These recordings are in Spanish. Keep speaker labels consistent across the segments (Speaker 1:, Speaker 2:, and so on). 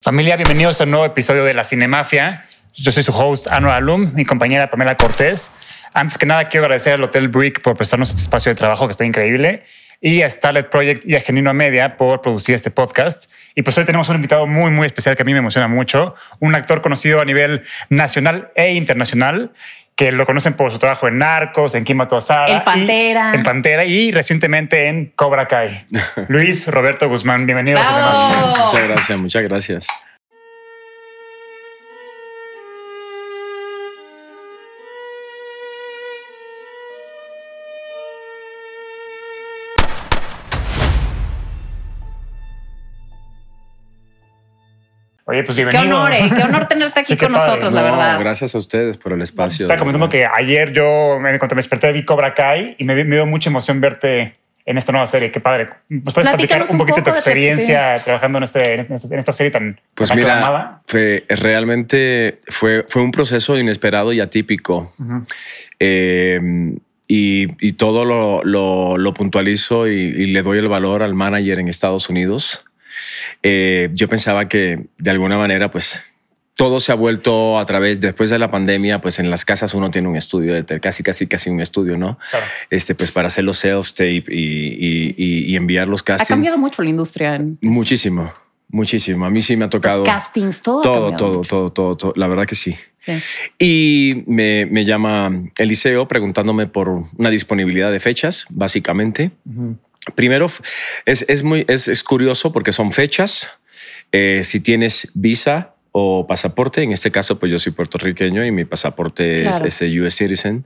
Speaker 1: Familia, bienvenidos a un nuevo episodio de La Cinemafia. Yo soy su host, Anwar Alum, mi compañera Pamela Cortés. Antes que nada, quiero agradecer al Hotel Brick por prestarnos este espacio de trabajo que está increíble y a Starlet Project y a Genuino Media por producir este podcast. Y pues hoy tenemos un invitado muy, muy especial que a mí me emociona mucho, un actor conocido a nivel nacional e internacional que lo conocen por su trabajo en Narcos, en Kim Mató a Sara,
Speaker 2: En Pantera.
Speaker 1: y- en Pantera y recientemente en Cobra Kai. Luis Roberto Guzmán, bienvenido. a
Speaker 2: ¡Bravo!
Speaker 1: Cinemafia.
Speaker 3: Muchas gracias, muchas gracias.
Speaker 1: Oye, pues
Speaker 2: Qué
Speaker 1: bienvenido.
Speaker 2: honor, eh, qué honor tenerte aquí
Speaker 1: Sí, qué
Speaker 2: con
Speaker 1: padre.
Speaker 2: nosotros, la
Speaker 3: No,
Speaker 2: verdad.
Speaker 3: Gracias a ustedes por el espacio.
Speaker 1: Estaba
Speaker 3: de
Speaker 1: comentando
Speaker 3: verdad.
Speaker 1: que ayer yo, me- cuando me desperté, vi Cobra Kai y me, di- me dio mucha emoción verte en esta nueva serie. Qué padre. ¿Nos puedes platicar
Speaker 2: Platícanos
Speaker 1: un
Speaker 2: un
Speaker 1: poquito de tu
Speaker 2: poco de que-
Speaker 1: experiencia trabajando en, este, en, esta, en esta serie tan,
Speaker 3: Pues
Speaker 1: tan
Speaker 3: mira,
Speaker 1: aclamada?
Speaker 3: fue- realmente fue, fue un proceso inesperado y atípico.
Speaker 1: Ujú.
Speaker 3: Eh, y, y todo lo, lo- lo puntualizo y, y le doy el valor al manager en Estados Unidos. Eh, yo pensaba que de alguna manera, pues todo se ha vuelto a través, después de la pandemia, pues en las casas uno tiene un estudio, de tel- casi, casi, casi un estudio, ¿no?
Speaker 1: Claro.
Speaker 3: Este, pues para hacer los self-tape y, y, y- y enviar los
Speaker 2: Ha
Speaker 3: castings.
Speaker 2: cambiado mucho la industria en
Speaker 3: Muchísimo, muchísimo. A mí sí me ha
Speaker 2: los
Speaker 3: tocado.
Speaker 2: castings, todo. ha
Speaker 3: todo,
Speaker 2: cambiado
Speaker 3: todo,
Speaker 2: mucho.
Speaker 3: todo, todo, todo. La verdad que sí.
Speaker 2: Sí.
Speaker 3: Y me, me llama Eliseo preguntándome por una disponibilidad de fechas, básicamente. Primero, f- es, es muy, es, es curioso porque son fechas. Eh, si tienes visa o pasaporte, en este caso, pues yo soy puertorriqueño y mi pasaporte
Speaker 2: Claro.
Speaker 3: es, es US Citizen,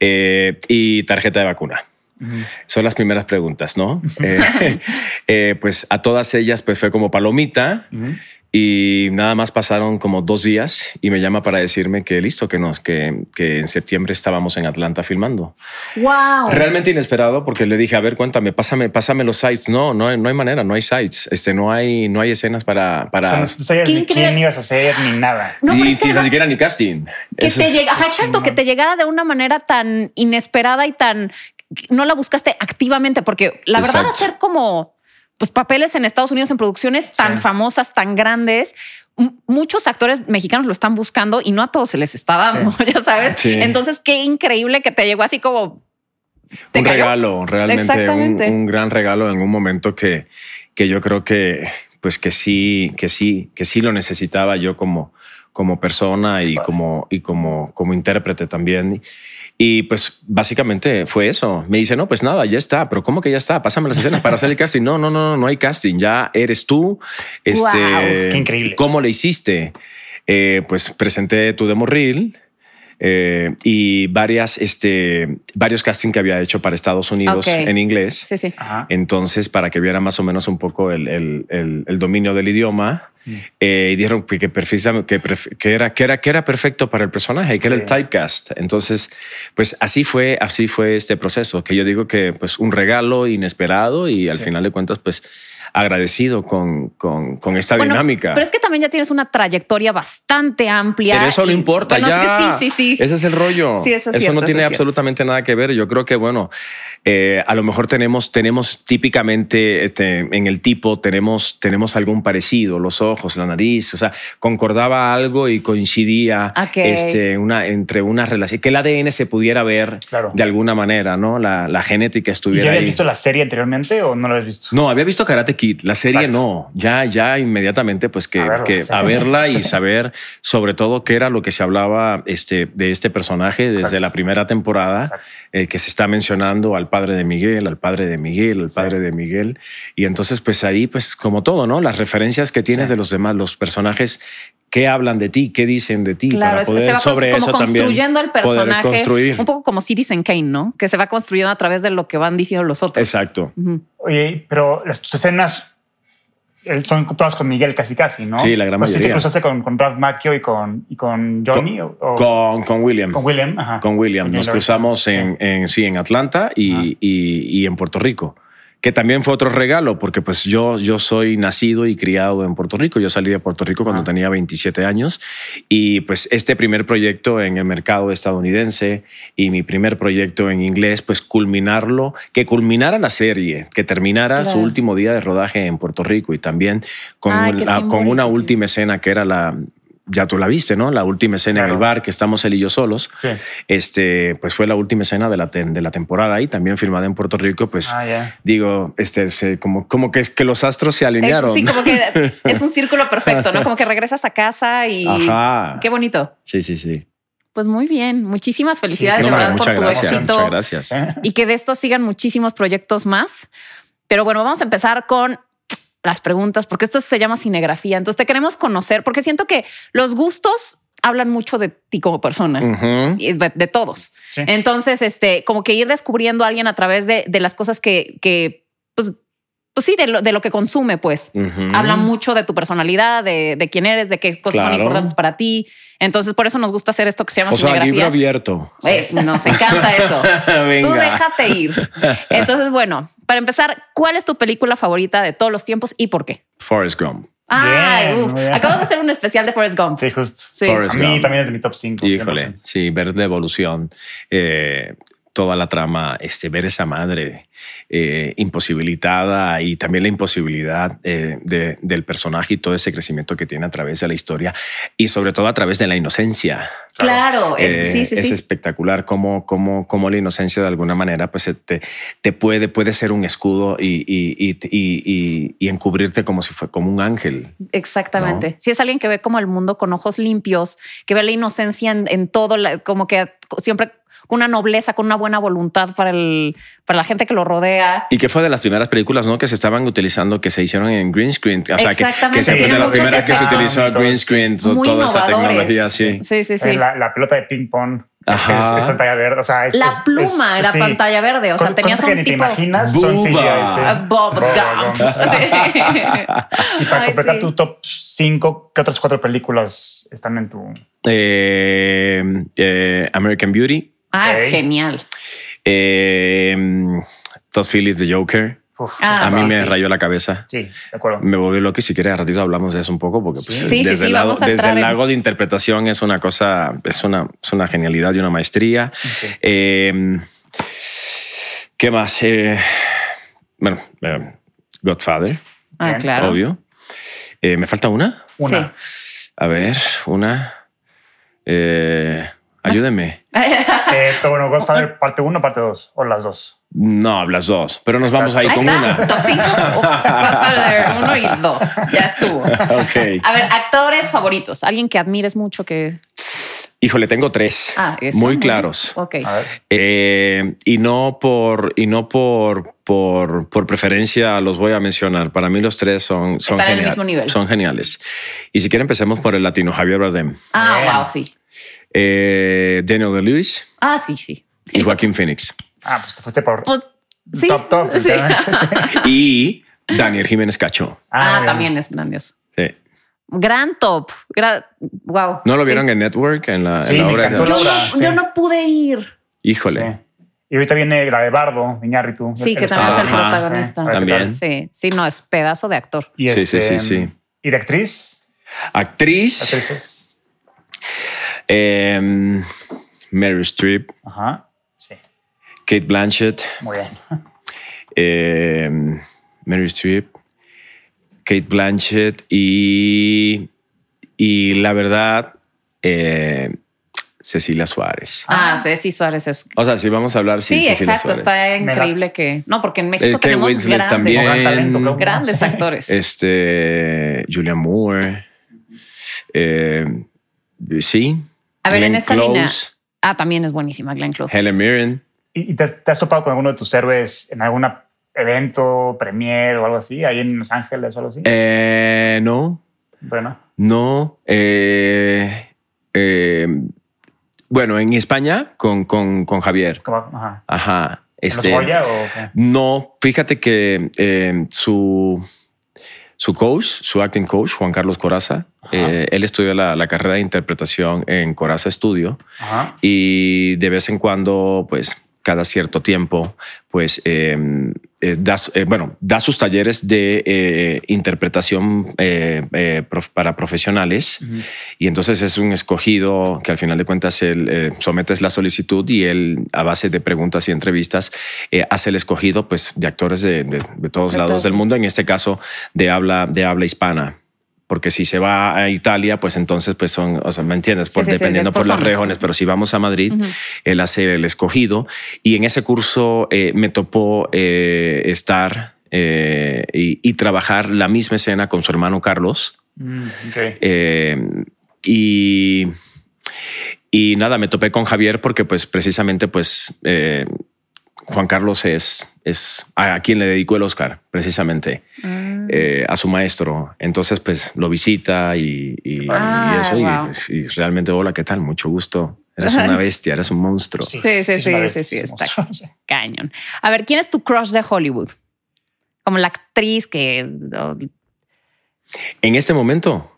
Speaker 3: Eh, y tarjeta de vacuna. Son las primeras preguntas, ¿no? Eh, eh, pues a todas ellas pues fue como palomita y nada más pasaron como dos días y me llama para decirme que listo, que nos, que, que en septiembre estábamos en Atlanta filmando.
Speaker 2: Wow.
Speaker 3: Realmente inesperado porque le dije, a ver, cuéntame, pásame, pásame los sites. No, no, hay- no hay manera, no hay sites. Este, no hay, no hay escenas para,
Speaker 1: O sea,
Speaker 3: para.
Speaker 1: no no sabías
Speaker 2: Qué
Speaker 1: ni
Speaker 2: increíble.
Speaker 1: quién ibas a ser ni nada.
Speaker 2: No, pero
Speaker 3: ni,
Speaker 2: es que
Speaker 3: si-
Speaker 2: además-
Speaker 3: ni siquiera ni casting.
Speaker 2: que
Speaker 3: Eso
Speaker 2: te
Speaker 3: es-
Speaker 2: llega- ajá, exacto, que te llegara de una manera tan inesperada y tan no la buscaste activamente, porque la verdad
Speaker 3: Exacto.
Speaker 2: hacer como pues papeles en Estados Unidos en producciones tan
Speaker 1: Sí.
Speaker 2: famosas, tan grandes, m- muchos actores mexicanos lo están buscando y no a todos se les está dando, ya sabes.
Speaker 3: Sí.
Speaker 2: Entonces qué increíble que te llegó así como te
Speaker 3: un
Speaker 2: cayó.
Speaker 3: regalo, realmente un,
Speaker 2: Exactamente.
Speaker 3: un gran regalo en un momento que, que yo creo que, pues que sí, que sí, que sí lo necesitaba yo como, como persona y como, y como, como intérprete también. Y pues básicamente fue eso. Me dice, no, pues nada, ya está, pero ¿cómo que ya está? Pásame las escenas para hacer el casting. No, no, no, no, no hay casting, ya eres tú. Este,
Speaker 2: Guau,
Speaker 1: qué increíble.
Speaker 3: ¿Cómo le hiciste? Eh, pues presenté tu demo reel eh, y varias, este, varios castings que había hecho para Estados Unidos
Speaker 2: Ok.
Speaker 3: en inglés.
Speaker 2: Sí, sí.
Speaker 1: Ajá.
Speaker 3: Eh, Entonces, para que viera más o menos un poco el, el- el- el dominio del idioma,
Speaker 1: Mm.
Speaker 3: eh, y dijeron que, que, perfecta- que perf- que era, que, era, que era perfecto para el personaje, que era
Speaker 1: Sí.
Speaker 3: el typecast. Entonces, pues así fue, así fue este proceso, que yo digo que pues un regalo inesperado y al
Speaker 1: Sí.
Speaker 3: final de cuentas, pues agradecido con, con- con esta
Speaker 2: Bueno,
Speaker 3: dinámica.
Speaker 2: Pero es que también ya tienes una trayectoria bastante amplia.
Speaker 3: Pero eso no
Speaker 2: y-
Speaker 3: importa,
Speaker 2: bueno, es
Speaker 3: ya.
Speaker 2: que sí, sí, sí.
Speaker 3: Ese es el rollo.
Speaker 2: Sí, eso es cierto,
Speaker 3: no
Speaker 2: eso
Speaker 3: tiene
Speaker 2: es cierto.
Speaker 3: absolutamente nada que ver. Yo creo que, bueno, eh, a lo mejor tenemos, tenemos típicamente este, en el tipo, tenemos, tenemos algún parecido, los ojos, la nariz, o sea, concordaba algo y coincidía
Speaker 2: Ok.
Speaker 3: este, una, entre una relación, que el ADN se pudiera ver
Speaker 1: Claro.
Speaker 3: de alguna manera, ¿no? La, la genética
Speaker 1: ¿Y
Speaker 3: estuviera
Speaker 1: ya habías
Speaker 3: ahí.
Speaker 1: visto la serie anteriormente o no la habías visto?
Speaker 3: No, había visto Karate Kid, la serie
Speaker 1: Exacto.
Speaker 3: no. Ya, ya inmediatamente, pues que
Speaker 1: A
Speaker 3: que- a
Speaker 1: verla,
Speaker 3: verla,
Speaker 1: sí.
Speaker 3: y saber sobre todo qué era lo que se hablaba este, de este personaje desde
Speaker 1: Exacto.
Speaker 3: la primera temporada,
Speaker 1: Exacto.
Speaker 3: eh, que se está mencionando al padre de Miguel, al padre de Miguel, al
Speaker 1: Sí.
Speaker 3: padre de Miguel. Y entonces, pues ahí, pues como todo, ¿no? Las referencias que tienes
Speaker 1: Sí.
Speaker 3: de los demás, los personajes. ¿Qué hablan de ti? ¿Qué dicen de ti?
Speaker 2: Claro,
Speaker 3: para
Speaker 2: es que
Speaker 3: poder
Speaker 2: se va pues,
Speaker 3: sobre
Speaker 2: como
Speaker 3: eso también
Speaker 2: construyendo el
Speaker 3: poder
Speaker 2: personaje.
Speaker 3: construir.
Speaker 2: Un poco como Citizen Kane, ¿no? Que se va construyendo a través de lo que van diciendo los otros.
Speaker 3: Exacto.
Speaker 2: Ujú.
Speaker 1: Oye, pero las tus escenas él- son todas con Miguel casi casi, ¿no?
Speaker 3: Sí, la gran
Speaker 1: O sea, ¿sí te
Speaker 3: mayoría.
Speaker 1: cruzaste con, con Brad Macchio y con, y con Johnny? o- o-
Speaker 3: Con, con William.
Speaker 1: Con William, ajá.
Speaker 3: con William. Nos
Speaker 1: Lawrence.
Speaker 3: cruzamos en, en- sí, en Atlanta y,
Speaker 1: Ah.
Speaker 3: y- y en Puerto Rico. que también fue otro regalo, porque pues yo, yo soy nacido y criado en Puerto Rico. Yo salí de Puerto Rico cuando tenía 27 años y pues este primer proyecto en el mercado estadounidense y mi primer proyecto en inglés, pues culminarlo, que culminara la serie, que terminara su
Speaker 2: Claro.
Speaker 3: último día de rodaje en Puerto Rico y también con,
Speaker 2: Ay, qué
Speaker 3: la- con
Speaker 2: simbólico.
Speaker 3: una última escena que era la... Ya tú la viste, ¿no? La última escena en
Speaker 1: Claro.
Speaker 3: el bar que estamos él y yo solos.
Speaker 1: Sí.
Speaker 3: Este, pues fue la última escena de la, tem- de la temporada y también filmada en Puerto Rico, pues
Speaker 1: Ah, ya.
Speaker 3: digo, este, se- como, como que es que los astros se
Speaker 2: Eh,
Speaker 3: alinearon.
Speaker 2: Sí, como que es un círculo perfecto, ¿no? Como que regresas a casa y
Speaker 3: Ajá.
Speaker 2: qué bonito.
Speaker 3: Sí, sí, sí.
Speaker 2: Pues muy bien, muchísimas felicidades
Speaker 1: qué
Speaker 2: de
Speaker 1: bueno,
Speaker 2: verdad por
Speaker 3: muchas
Speaker 2: tu
Speaker 3: gracias.
Speaker 2: éxito
Speaker 3: Muchas gracias.
Speaker 2: y que de esto sigan muchísimos proyectos más. Pero bueno, vamos a empezar con las preguntas, porque esto se llama cinegrafía. Entonces te queremos conocer, porque siento que los gustos hablan mucho de ti como persona.
Speaker 3: Mm. Ujú.
Speaker 2: y De, de todos.
Speaker 1: Sí.
Speaker 3: Eh,
Speaker 2: Entonces, este, como que ir descubriendo a alguien a través de, de las cosas que, que pues, pues sí, de lo, de lo que consume, pues.
Speaker 3: Ujú.
Speaker 2: Habla mucho de tu personalidad, de, de quién eres, de qué cosas son
Speaker 3: Claro.
Speaker 2: importantes para ti. Entonces, por eso nos gusta hacer esto que se llama
Speaker 3: O sea, libro
Speaker 2: cinegrafía.
Speaker 3: abierto.
Speaker 2: Eh, nos encanta eso. Tú déjate ir. Entonces, bueno, para empezar, ¿cuál es tu película favorita de todos los tiempos y por qué?
Speaker 3: Forrest Gump.
Speaker 2: Ay,
Speaker 1: Bien,
Speaker 2: uf.
Speaker 1: muy bien.
Speaker 2: Acabas de hacer un especial de Forrest Gump.
Speaker 1: Sí, justo.
Speaker 2: Sí.
Speaker 3: Forrest
Speaker 1: A mí
Speaker 3: Gump.
Speaker 1: también es de mi top 5.
Speaker 3: Híjole, sí, ver la evolución, eh, toda la trama, este, ver esa madre eh, imposibilitada y también la imposibilidad eh, de- del personaje y todo ese crecimiento que tiene a través de la historia y sobre todo a través de la inocencia.
Speaker 2: Claro, es-
Speaker 3: Eh,
Speaker 2: sí, sí,
Speaker 3: es
Speaker 2: sí.
Speaker 3: espectacular cómo, cómo, cómo la inocencia de alguna manera pues, se te, te puede, puede ser un escudo y, y- y- y- y- y encubrirte como si fue como un ángel.
Speaker 2: Exactamente. Si es alguien que ve como el mundo con ojos limpios, que ve la inocencia en, en todo, la- como que siempre con una nobleza, con una buena voluntad para, el, para la gente que lo rodea.
Speaker 3: Y que fue de las primeras películas ¿no? que se estaban utilizando, que se hicieron en green screen. O sea, que- que,
Speaker 2: Exactamente,
Speaker 3: se fue
Speaker 1: tiene
Speaker 3: de las
Speaker 1: muchos
Speaker 3: primeras que se
Speaker 1: efectos.
Speaker 3: utilizó green screen, to-
Speaker 2: Muy
Speaker 3: toda esa
Speaker 2: innovadores.
Speaker 3: tecnología. Sí.
Speaker 2: Sí, sí, sí.
Speaker 1: Eh, La, la pelota de ping pong.
Speaker 3: Ajá.
Speaker 1: Es, es pantalla verde. O sea, es-
Speaker 2: La
Speaker 1: es-
Speaker 2: pluma
Speaker 1: es-
Speaker 2: era
Speaker 1: sí.
Speaker 2: pantalla verde, o sea,
Speaker 1: Cos-
Speaker 2: tenías
Speaker 1: cosas que
Speaker 2: un
Speaker 1: ni
Speaker 2: tipo-
Speaker 1: te imaginas son
Speaker 3: Buba.
Speaker 1: CGI. sí.
Speaker 2: Ah, Bob
Speaker 1: Bob
Speaker 2: Gump.
Speaker 1: Gump.
Speaker 2: Sí.
Speaker 1: Y para
Speaker 2: Ay,
Speaker 1: completar
Speaker 2: sí.
Speaker 1: tu top 5, ¿qué otras cuatro películas están en tu...?
Speaker 3: Eh, eh, American Beauty,
Speaker 2: Ah,
Speaker 1: Ok.
Speaker 2: genial.
Speaker 3: eh, Todd Phillips, The Joker.
Speaker 1: Uf,
Speaker 2: Ah,
Speaker 3: a mí
Speaker 2: sí,
Speaker 3: me
Speaker 2: sí.
Speaker 3: rayó la cabeza.
Speaker 1: Sí, de acuerdo.
Speaker 3: Me volvió loco y si quieres a ratito hablamos de eso un poco porque pues,
Speaker 1: Sí,
Speaker 2: sí,
Speaker 3: desde,
Speaker 2: sí,
Speaker 3: el, lado,
Speaker 2: vamos a
Speaker 3: desde
Speaker 2: entrar
Speaker 3: el
Speaker 2: en-
Speaker 3: lado de interpretación es una cosa, es una, es una genialidad y una maestría.
Speaker 1: Sí.
Speaker 3: Eh, ¿Qué más? Eh, bueno, eh, Godfather,
Speaker 2: Ah,
Speaker 1: Bien,
Speaker 2: claro.
Speaker 3: obvio. Eh, ¿Me falta una?
Speaker 1: Una.
Speaker 3: A ver, una. Eh, ayúdeme.
Speaker 1: Eh, pero bueno, Godfather, parte 1 parte 2, o las dos.
Speaker 3: No, las dos, pero nos vamos ahí
Speaker 2: Ahí
Speaker 3: con
Speaker 2: está.
Speaker 3: una.
Speaker 2: Top 5. Uno y dos. Ya estuvo.
Speaker 3: Ok.
Speaker 2: A ver, actores favoritos. Alguien que admires mucho que.
Speaker 3: Híjole, tengo tres
Speaker 2: Ah, eso,
Speaker 3: muy claros.
Speaker 2: Ok.
Speaker 1: A ver.
Speaker 3: Eh, y no por y no por, por por preferencia los voy a mencionar. Para mí los tres son
Speaker 2: Están
Speaker 3: son
Speaker 2: en el
Speaker 3: genial-
Speaker 2: mismo nivel.
Speaker 3: Son geniales. Y si quieren empecemos por el latino Javier Bardem,
Speaker 2: Ah,
Speaker 1: Bien.
Speaker 2: wow, sí.
Speaker 3: eh, Daniel De Lewis
Speaker 2: Ah, sí, sí.
Speaker 3: y Joaquín Phoenix
Speaker 1: Ah, pues te fuiste por
Speaker 2: Pues sí.
Speaker 1: top top. Ah,
Speaker 2: Sí.
Speaker 1: literalmente. Sí.
Speaker 3: y Daniel Jiménez Cacho.
Speaker 2: Ah,
Speaker 1: bien.
Speaker 2: también es grandioso.
Speaker 3: Sí.
Speaker 2: Gran top. Gran... Wow.
Speaker 3: No lo vieron en Network en la, en
Speaker 1: Sí,
Speaker 3: la
Speaker 1: me
Speaker 3: obra.
Speaker 1: encantó
Speaker 2: Yo,
Speaker 1: la
Speaker 2: no,
Speaker 1: obra. Sí.
Speaker 2: yo no pude ir.
Speaker 3: Híjole.
Speaker 1: Sí. Y ahorita viene la de Bardo, Iñárritu.
Speaker 2: Sí,
Speaker 1: El-
Speaker 2: que
Speaker 1: el
Speaker 2: también es el
Speaker 3: Ajá.
Speaker 2: protagonista.
Speaker 1: A ver qué
Speaker 3: También.
Speaker 1: tal.
Speaker 2: Sí, sí, no, es pedazo de actor.
Speaker 1: Y
Speaker 3: Sí, sí,
Speaker 1: este,
Speaker 3: sí, sí.
Speaker 1: ¿Y de actriz?
Speaker 3: Actriz
Speaker 1: Actrices.
Speaker 3: eh, Mary Streep,
Speaker 1: Ajá. Sí,
Speaker 3: Kate Blanchett.
Speaker 1: muy bien.
Speaker 3: eh, Mary Streep, Kate Blanchett y, y la verdad, eh, Cecilia Suárez.
Speaker 2: Ah, Ceci Suárez es.
Speaker 3: O sea, si vamos a hablar, sí,
Speaker 2: Sí,
Speaker 3: Cecilia
Speaker 2: exacto.
Speaker 3: Suárez.
Speaker 2: Está increíble
Speaker 1: late.
Speaker 2: que. No, porque en México
Speaker 3: Eh, Kate
Speaker 2: tenemos
Speaker 3: Winslet
Speaker 2: grandes,
Speaker 1: O gran
Speaker 3: también.
Speaker 1: talento, creo.
Speaker 2: grandes
Speaker 1: Sí.
Speaker 2: actores.
Speaker 3: Este, Julia Moore. eh, sí.
Speaker 2: A ver, en
Speaker 3: Glenn
Speaker 2: esa línea.
Speaker 3: Close,
Speaker 2: Ah, también es buenísima, Glenn Close.
Speaker 3: Helen Mirren.
Speaker 1: ¿Y, y te, te has topado con alguno de tus héroes en algún evento, premier o algo así, ahí en Los Ángeles o algo así?
Speaker 3: Eh, no,
Speaker 1: Bueno,
Speaker 3: No. eh, eh, bueno, en España con, con, con Javier.
Speaker 1: ¿cómo? Ajá.
Speaker 3: Ajá.
Speaker 1: ¿En los
Speaker 3: Este,
Speaker 1: Goya o qué?
Speaker 3: no, fíjate que eh, su, su coach, su acting coach, Juan Carlos Coraza, eh, él estudió la, la carrera de interpretación en Coraza Estudio
Speaker 1: Ajá.
Speaker 3: y de vez en cuando, pues cada cierto tiempo, pues eh, eh, da, eh, bueno, da sus talleres de eh, interpretación eh, eh, prof- para profesionales y entonces es un escogido que al final de cuentas él eh, sometes la solicitud y él a base de preguntas y entrevistas eh, hace el escogido pues de actores de, de- de todos
Speaker 2: De
Speaker 3: lados
Speaker 2: todos.
Speaker 3: del mundo, en este caso de habla, de habla hispana. Porque si se va a Italia, pues entonces pues son, o sea, ¿me entiendes? Por,
Speaker 2: sí, sí,
Speaker 3: dependiendo
Speaker 2: de
Speaker 3: por las
Speaker 2: personas.
Speaker 3: regiones, pero si vamos a Madrid,
Speaker 2: Ujú.
Speaker 3: él hace el escogido y en ese curso eh, me topó eh, estar eh, y, y trabajar la misma escena con su hermano Carlos
Speaker 1: Mm,
Speaker 3: Eh, y y nada me topé con Javier porque pues precisamente pues eh, Juan Carlos es es a, a quien le dedicó el Oscar precisamente
Speaker 1: Mm.
Speaker 3: eh, a su maestro entonces pues lo visita y, y- y
Speaker 2: Ah,
Speaker 3: eso y,
Speaker 2: wow.
Speaker 3: pues, y realmente hola qué tal mucho gusto eres una bestia eres un monstruo
Speaker 2: Sí, sí, sí, sí, sí, está. Cañón. A ver, ¿quién es tu crush de Hollywood? Como la actriz que. o-
Speaker 3: En este momento.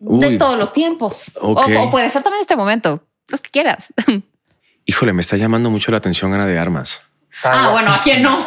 Speaker 2: de
Speaker 3: Uy,
Speaker 2: todos los tiempos. O-
Speaker 3: Ok.
Speaker 2: O, puede ser también este momento. Los que quieras.
Speaker 3: Híjole, me está llamando mucho la atención Ana de Armas.
Speaker 2: ah, bueno, ¿a quién no?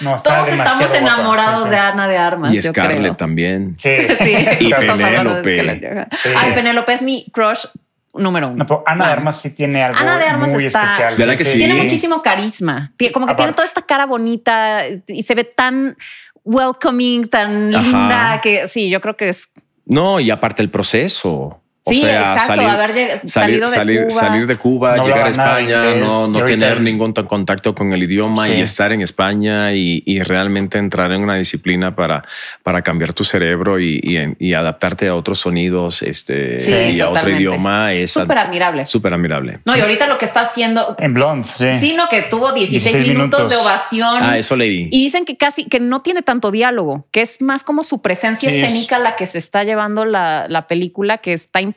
Speaker 1: No, está
Speaker 2: Todos estamos
Speaker 1: demasiado guapa,
Speaker 2: enamorados
Speaker 1: sí, sí.
Speaker 2: de Ana de Armas.
Speaker 3: y
Speaker 2: yo
Speaker 3: Scarlett
Speaker 2: creo.
Speaker 3: también.
Speaker 1: Sí.
Speaker 2: Sí,
Speaker 3: Y
Speaker 2: estamos hablando de
Speaker 3: Penélope.
Speaker 2: Scarlett Johansson.
Speaker 1: Sí.
Speaker 2: Ay, Penélope es mi crush número uno.
Speaker 1: No, pero Ana de Armas sí tiene algo
Speaker 2: Ana de Armas
Speaker 1: muy
Speaker 2: está-
Speaker 1: especial.
Speaker 3: ¿Verdad que sí?
Speaker 2: Tiene muchísimo carisma. Tiene- Como que tiene
Speaker 1: aparte.
Speaker 2: toda esta cara bonita y se ve tan welcoming, tan
Speaker 3: Ajá.
Speaker 2: linda que sí, yo creo que es.
Speaker 3: No, y aparte el proceso. O
Speaker 2: sí,
Speaker 3: sea,
Speaker 2: exacto.
Speaker 3: salir,
Speaker 2: haber lleg-
Speaker 3: salir,
Speaker 2: salido de
Speaker 3: salir,
Speaker 2: Cuba.
Speaker 3: salir de Cuba,
Speaker 1: No
Speaker 3: llegar a
Speaker 1: hablaba nada de
Speaker 3: España,
Speaker 1: inglés,
Speaker 3: no, no
Speaker 1: y ahorita-
Speaker 3: tener ningún tan contacto con el idioma
Speaker 1: Sí.
Speaker 3: y estar en España y, y realmente entrar en una disciplina para, para cambiar tu cerebro y, y en- y adaptarte a otros sonidos este,
Speaker 2: Sí,
Speaker 3: y a otro
Speaker 2: totalmente.
Speaker 3: idioma es
Speaker 2: Súper admirable.
Speaker 3: súper admirable.
Speaker 2: No, y ahorita lo que está haciendo,
Speaker 1: En Blonde, sí.
Speaker 2: sino que tuvo 16,
Speaker 1: 16
Speaker 2: minutos,
Speaker 1: minutos.
Speaker 2: de ovación.
Speaker 3: Ah, eso leí.
Speaker 2: Y dicen que casi que no tiene tanto diálogo, que es más como su presencia
Speaker 1: Sí, es-
Speaker 2: escénica la que se está llevando la, la película, que está impresionante.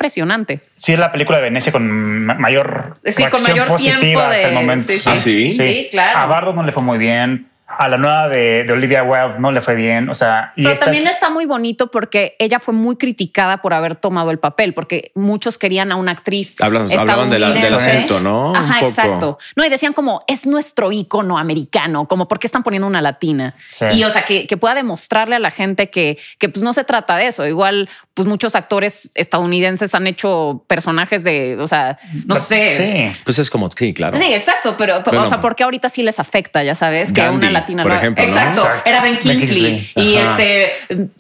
Speaker 1: Sí, es la película de Venecia con ma- mayor
Speaker 2: Sí, con
Speaker 1: reacción
Speaker 2: mayor
Speaker 1: positiva
Speaker 2: tiempo de-
Speaker 1: hasta el momento.
Speaker 2: sí, sí.
Speaker 3: Ah, ¿sí?
Speaker 2: Sí, claro.
Speaker 1: A Bardo no le fue muy bien. A la nueva de, de Olivia Wilde no le fue bien. O sea, y
Speaker 2: Pero
Speaker 1: esta
Speaker 2: también
Speaker 1: es-
Speaker 2: está muy bonito porque ella fue muy criticada por haber tomado el papel, porque muchos querían a una actriz.
Speaker 3: Hablan- hablaban de la-
Speaker 1: del
Speaker 2: estadounidense.
Speaker 3: acento, ¿no? Un
Speaker 2: Ajá,
Speaker 3: poco.
Speaker 2: exacto. No, y decían como es nuestro ícono americano, como por qué están poniendo una latina.
Speaker 1: Sí.
Speaker 2: Y o sea, que, que pueda demostrarle a la gente que, que pues no se trata de eso. Igual, pues muchos actores estadounidenses han hecho personajes de, o sea, no sé.
Speaker 1: Sí.
Speaker 3: Pues es como, sí, claro.
Speaker 2: Sí, exacto, pero
Speaker 3: Bueno.
Speaker 2: o sea, porque ahorita sí les afecta, ya sabes, que
Speaker 3: Gandhi,
Speaker 2: una latina
Speaker 3: por
Speaker 2: no-
Speaker 3: ejemplo, ¿no?
Speaker 2: exacto,
Speaker 1: Exacto.
Speaker 2: era Ben
Speaker 1: Ben
Speaker 2: Kingsley,
Speaker 1: Kingsley.
Speaker 2: y
Speaker 3: Ajá.
Speaker 2: este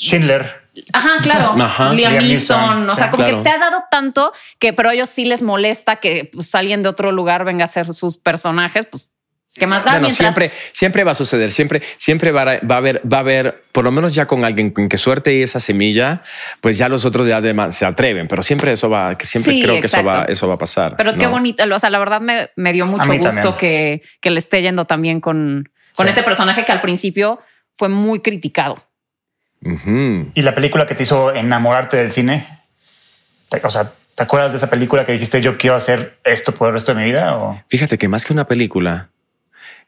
Speaker 1: Schindler.
Speaker 2: Ajá, claro.
Speaker 3: Ajá.
Speaker 2: Liam
Speaker 1: Liam
Speaker 2: Neeson.
Speaker 1: Neeson,
Speaker 2: O
Speaker 1: sí,
Speaker 2: sea, como que
Speaker 3: claro.
Speaker 2: se ha dado tanto que, pero a ellos sí les molesta que pues, alguien de otro lugar venga a hacer sus personajes. Pues, ¿qué más da?
Speaker 3: Bueno,
Speaker 2: Mientras-
Speaker 3: siempre, siempre va a suceder, siempre, siempre va a, va a haber, va a haber, por lo menos ya con alguien con que suerte esa semilla, pues ya los otros ya además se atreven, pero siempre eso va, que siempre
Speaker 2: Sí,
Speaker 3: creo que eso va,
Speaker 2: exacto.
Speaker 3: eso va a pasar.
Speaker 2: Pero qué
Speaker 3: ¿no?
Speaker 2: bonito. O sea, la verdad me, me dio mucho
Speaker 1: mí
Speaker 2: gusto
Speaker 1: también.
Speaker 2: que, que le esté yendo también con, con
Speaker 1: Sí.
Speaker 2: ese personaje que al principio fue muy criticado.
Speaker 3: Ujú.
Speaker 1: Y la película que te hizo enamorarte del cine. Te- O sea, ¿te acuerdas de esa película que dijiste yo quiero hacer esto por el resto de mi vida? O...
Speaker 3: Fíjate que más que una película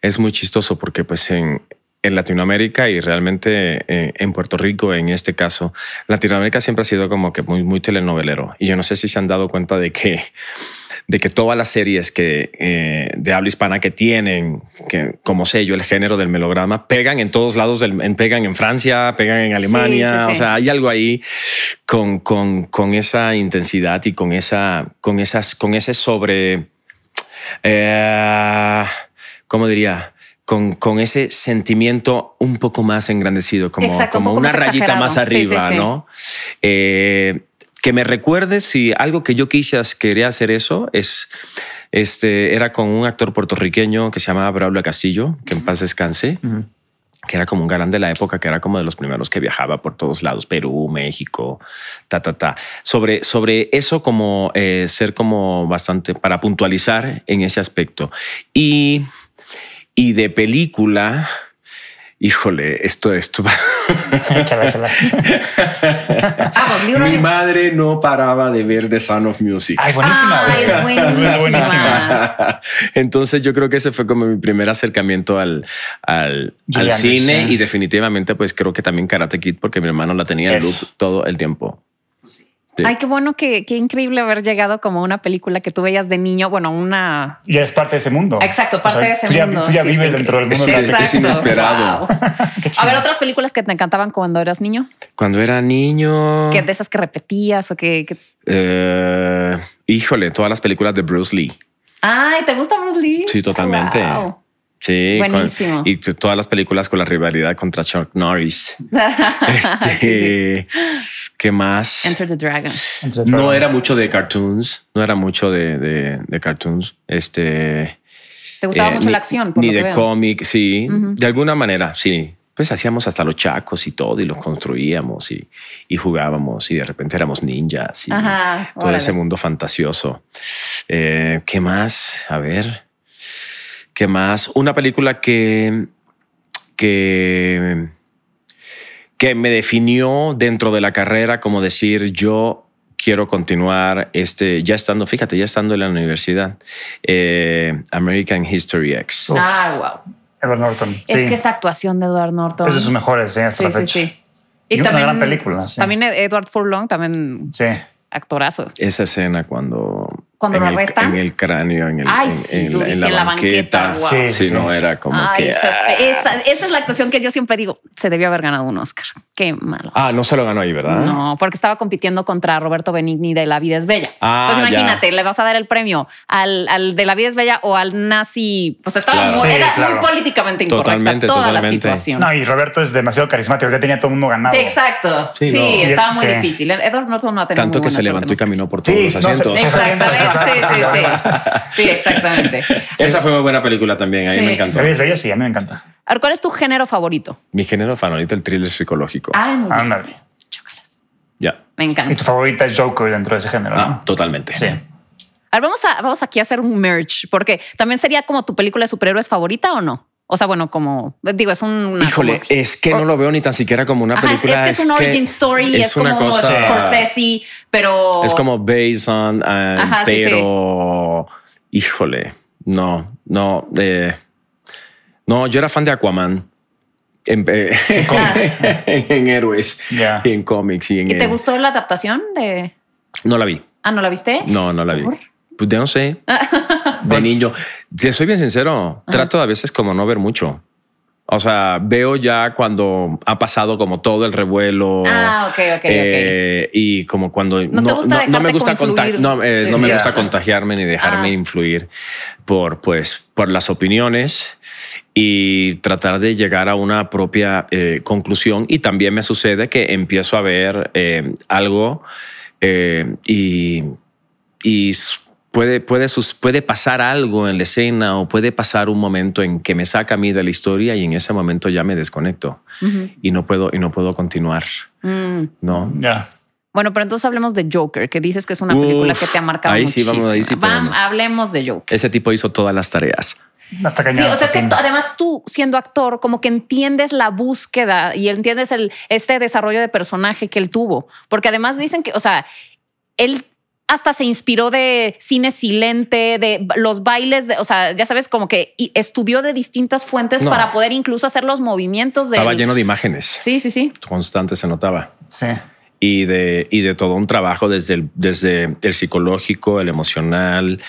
Speaker 3: es muy chistoso porque pues en, en Latinoamérica y realmente eh, en Puerto Rico en este caso, Latinoamérica siempre ha sido como que muy, muy telenovelero y yo no sé si se han dado cuenta de que de que todas las series que eh, de habla hispana que tienen que como sello el género del melodrama pegan en todos lados del- en, pegan en Francia pegan en Alemania
Speaker 2: sí, sí.
Speaker 3: o sea hay algo ahí con, con, con esa intensidad y con esa con esas con ese sobre eh, ¿cómo diría? Con, con ese sentimiento un poco más engrandecido, como,
Speaker 2: Exacto, un
Speaker 3: como
Speaker 2: poco
Speaker 3: una
Speaker 2: más
Speaker 3: rayita
Speaker 2: exagerado.
Speaker 3: más
Speaker 2: Sí, sí,
Speaker 3: arriba,
Speaker 2: sí.
Speaker 3: ¿no? Eh, que me recuerdes si algo que yo quise, as- quería hacer eso es, este, era con un actor puertorriqueño que se llamaba Braulio Castillo, que en paz descanse que era como un galán de la época, que era como de los primeros que viajaba por todos lados, Perú, México, ta, ta, ta. Sobre, sobre eso como eh, ser como bastante, para puntualizar en ese aspecto. Y, y de película, híjole, esto, esto...
Speaker 1: échala, échala.
Speaker 2: Vamos, libro.
Speaker 3: Mi madre no paraba de ver The Sound of Music.
Speaker 1: Ay, buenísima.
Speaker 2: Ay, es
Speaker 1: güey.
Speaker 2: buenísima.
Speaker 1: Es buenísima.
Speaker 3: Entonces yo creo que ese fue como mi primer acercamiento al, al,
Speaker 1: Julie
Speaker 3: al
Speaker 1: Andrews,
Speaker 3: cine
Speaker 1: sí.
Speaker 3: y definitivamente pues creo que también Karate Kid porque mi hermano la tenía en
Speaker 1: Eso.
Speaker 3: loop todo el tiempo. Sí.
Speaker 2: Ay, qué bueno que qué increíble haber llegado como a una película que tú veías de niño. Bueno, una
Speaker 1: Ya es parte de ese mundo.
Speaker 2: Exacto, parte de ese
Speaker 1: tú ya,
Speaker 2: mundo.
Speaker 1: Tú ya
Speaker 2: Sí,
Speaker 1: vives
Speaker 2: está
Speaker 1: dentro del mundo.
Speaker 3: Sí,
Speaker 1: de la-
Speaker 3: es exacto. inesperado.
Speaker 2: Wow. A ver, otras películas que te encantaban cuando eras niño,
Speaker 3: Cuando era niño.
Speaker 2: que de esas que repetías o que, que-
Speaker 3: eh, híjole, todas las películas de Bruce Lee.
Speaker 2: Ay, ¿te gusta Bruce Lee?
Speaker 3: Sí, totalmente.
Speaker 2: Wow.
Speaker 3: Sí, con-
Speaker 2: Buenísimo.
Speaker 3: y t- todas las películas con la rivalidad contra Chuck Norris.
Speaker 2: Sí, sí.
Speaker 3: Este, ¿Qué más?
Speaker 2: Enter the Dragon.
Speaker 1: Entre todo.
Speaker 3: No era mucho de cartoons, no era mucho de, de- de cartoons. Este.
Speaker 2: Te gustaba
Speaker 3: eh,
Speaker 2: mucho
Speaker 3: ni-
Speaker 2: la acción. por
Speaker 3: Ni
Speaker 2: lo que
Speaker 3: de
Speaker 2: veo.
Speaker 3: cómic, sí.
Speaker 2: Ujú.
Speaker 3: De alguna manera, sí. Pues hacíamos hasta los chacos y todo, y los construíamos y, y jugábamos, y de repente éramos ninjas y
Speaker 2: Ajá.
Speaker 3: todo
Speaker 2: órale.
Speaker 3: ese mundo fantasioso. Eh, ¿Qué más? A ver. ¿Qué más? Una película que. que. que me definió dentro de la carrera como decir yo quiero continuar este ya estando fíjate ya estando en la universidad eh, American History X
Speaker 1: Uf.
Speaker 2: Ah, wow.
Speaker 1: Edward Norton. Sí.
Speaker 2: Es que esa actuación de Edward Norton.
Speaker 1: es de sus mejores, sí, hasta
Speaker 2: Sí,
Speaker 1: la
Speaker 2: sí,
Speaker 1: fecha.
Speaker 2: sí.
Speaker 1: Y una gran película, sí.
Speaker 2: También Edward Furlong, también
Speaker 1: Sí.
Speaker 2: actorazo.
Speaker 3: esa escena cuando
Speaker 2: Cuando
Speaker 3: en
Speaker 2: lo
Speaker 3: el,
Speaker 2: arrestan.
Speaker 3: en el cráneo en el
Speaker 2: Ay,
Speaker 3: en,
Speaker 2: sí,
Speaker 3: en
Speaker 2: tú
Speaker 3: la, en
Speaker 2: dices,
Speaker 3: la
Speaker 2: en la
Speaker 3: banqueta,
Speaker 2: banqueta, wow.
Speaker 1: Sí,
Speaker 3: sí,
Speaker 1: sí.
Speaker 3: no era como
Speaker 2: Ay,
Speaker 3: que ah.
Speaker 2: esa, esa- esa es la actuación que yo siempre digo, se debió haber ganado un Oscar. Qué malo.
Speaker 3: ah no se lo ganó ahí verdad
Speaker 2: No, porque estaba compitiendo contra Roberto Benigni de La vida es bella.
Speaker 3: Ah,
Speaker 2: Entonces
Speaker 3: ya.
Speaker 2: imagínate, le vas a dar el premio al, al de La vida es bella o al nazi. Pues estaba
Speaker 3: Claro.
Speaker 2: muy,
Speaker 1: Sí,
Speaker 2: era
Speaker 1: claro.
Speaker 2: muy políticamente incorrecta
Speaker 3: Totalmente,
Speaker 2: toda la
Speaker 3: totalmente.
Speaker 2: situación.
Speaker 1: No, y Roberto es demasiado carismático, ya tenía todo el mundo ganado.
Speaker 2: Exacto. Sí,
Speaker 3: Sí, no.
Speaker 2: estaba muy
Speaker 1: Sí.
Speaker 2: difícil. Edward Norton no ha tenido
Speaker 3: tanto
Speaker 2: muy
Speaker 3: que se
Speaker 2: buena
Speaker 3: levantó y
Speaker 2: suerte,
Speaker 3: caminó por
Speaker 1: Sí,
Speaker 3: todos los
Speaker 1: no se-
Speaker 3: asientos
Speaker 1: Exacto.
Speaker 2: Exactamente. Sí, sí,
Speaker 1: Exacto.
Speaker 2: sí. Sí, exactamente.
Speaker 3: esa fue muy buena película también a mí
Speaker 2: Sí.
Speaker 3: me encantó
Speaker 1: ¿La ves bello? Sí, a mí me encanta.
Speaker 2: A ver, ¿cuál es tu género favorito?
Speaker 3: mi género favorito el thriller psicológico
Speaker 2: Ay, muy bien.
Speaker 1: Ándale.
Speaker 2: Chócalas.
Speaker 3: ya
Speaker 2: Me
Speaker 1: Y
Speaker 2: encanta.
Speaker 1: tu favorita es Joker dentro de ese género,
Speaker 3: Ah,
Speaker 1: ¿no?
Speaker 3: totalmente
Speaker 1: Sí.
Speaker 2: A ver, vamos, a, vamos aquí a hacer un merge, porque también sería como tu película de superhéroes favorita o no? O sea, bueno, como digo, es un. una
Speaker 3: Híjole,
Speaker 2: como- Oh.
Speaker 3: es que no lo veo ni tan siquiera como una
Speaker 2: Ajá, es-
Speaker 3: película.
Speaker 2: es que es, un origin story, es,
Speaker 3: una
Speaker 2: como Scorsese, pero.
Speaker 3: Es como based on, and-
Speaker 2: Ajá, sí,
Speaker 3: pero híjole, no, no, eh, no, yo era fan de Aquaman. En, eh, en héroes
Speaker 1: Ya.
Speaker 3: y en cómics y en
Speaker 2: ¿Y te
Speaker 3: eh,
Speaker 2: gustó la adaptación de.?
Speaker 3: no la vi
Speaker 2: Ah, ¿no la viste?
Speaker 3: no no la vi
Speaker 2: ¿Por?
Speaker 3: pues de no sé de niño te soy bien sincero trato a veces como no ver mucho o sea veo ya cuando ha pasado como todo el revuelo
Speaker 2: Ah, ok, ok, ok.
Speaker 3: eh, y como cuando
Speaker 2: te gusta dejarte
Speaker 3: me gusta
Speaker 2: confluir.
Speaker 3: contag- no, eh, no me
Speaker 1: Ya.
Speaker 3: gusta contagiarme ni dejarme
Speaker 2: Ah.
Speaker 3: influir por pues por las opiniones y tratar de llegar a una propia eh, conclusión y también me sucede que empiezo a ver eh, algo eh, y y s- puede, puede, sus- puede pasar algo en la escena o puede pasar un momento en que me saca a mí de la historia y en ese momento ya me desconecto
Speaker 2: Ujú.
Speaker 3: y no puedo, y no puedo continuar.
Speaker 2: Mm.
Speaker 3: No,
Speaker 1: Ya.
Speaker 2: Bueno, pero entonces hablemos de Joker, que dices que es una
Speaker 3: Uf,
Speaker 2: película que te ha marcado
Speaker 3: ahí sí
Speaker 2: muchísimo.
Speaker 3: vamos, ahí sí
Speaker 2: Vam-
Speaker 3: podemos.
Speaker 2: hablemos de Joker.
Speaker 3: ese tipo hizo todas las tareas.
Speaker 1: Hasta
Speaker 2: Sí,
Speaker 1: cañón.
Speaker 2: o sea, es que
Speaker 1: sí.
Speaker 2: tú- además tú siendo actor, como que entiendes la búsqueda y entiendes el, este desarrollo de personaje que él tuvo. Porque además dicen que, o sea, él hasta se inspiró de cine silente, de b- los bailes, de, o sea, ya sabes, como que y- estudió de distintas fuentes
Speaker 3: No.
Speaker 2: para poder incluso hacer los movimientos de...
Speaker 3: Estaba lleno de imágenes.
Speaker 2: Sí, sí, sí.
Speaker 3: Constante se notaba.
Speaker 1: Sí.
Speaker 3: y de, y de todo un trabajo desde el, desde el psicológico, el emocional,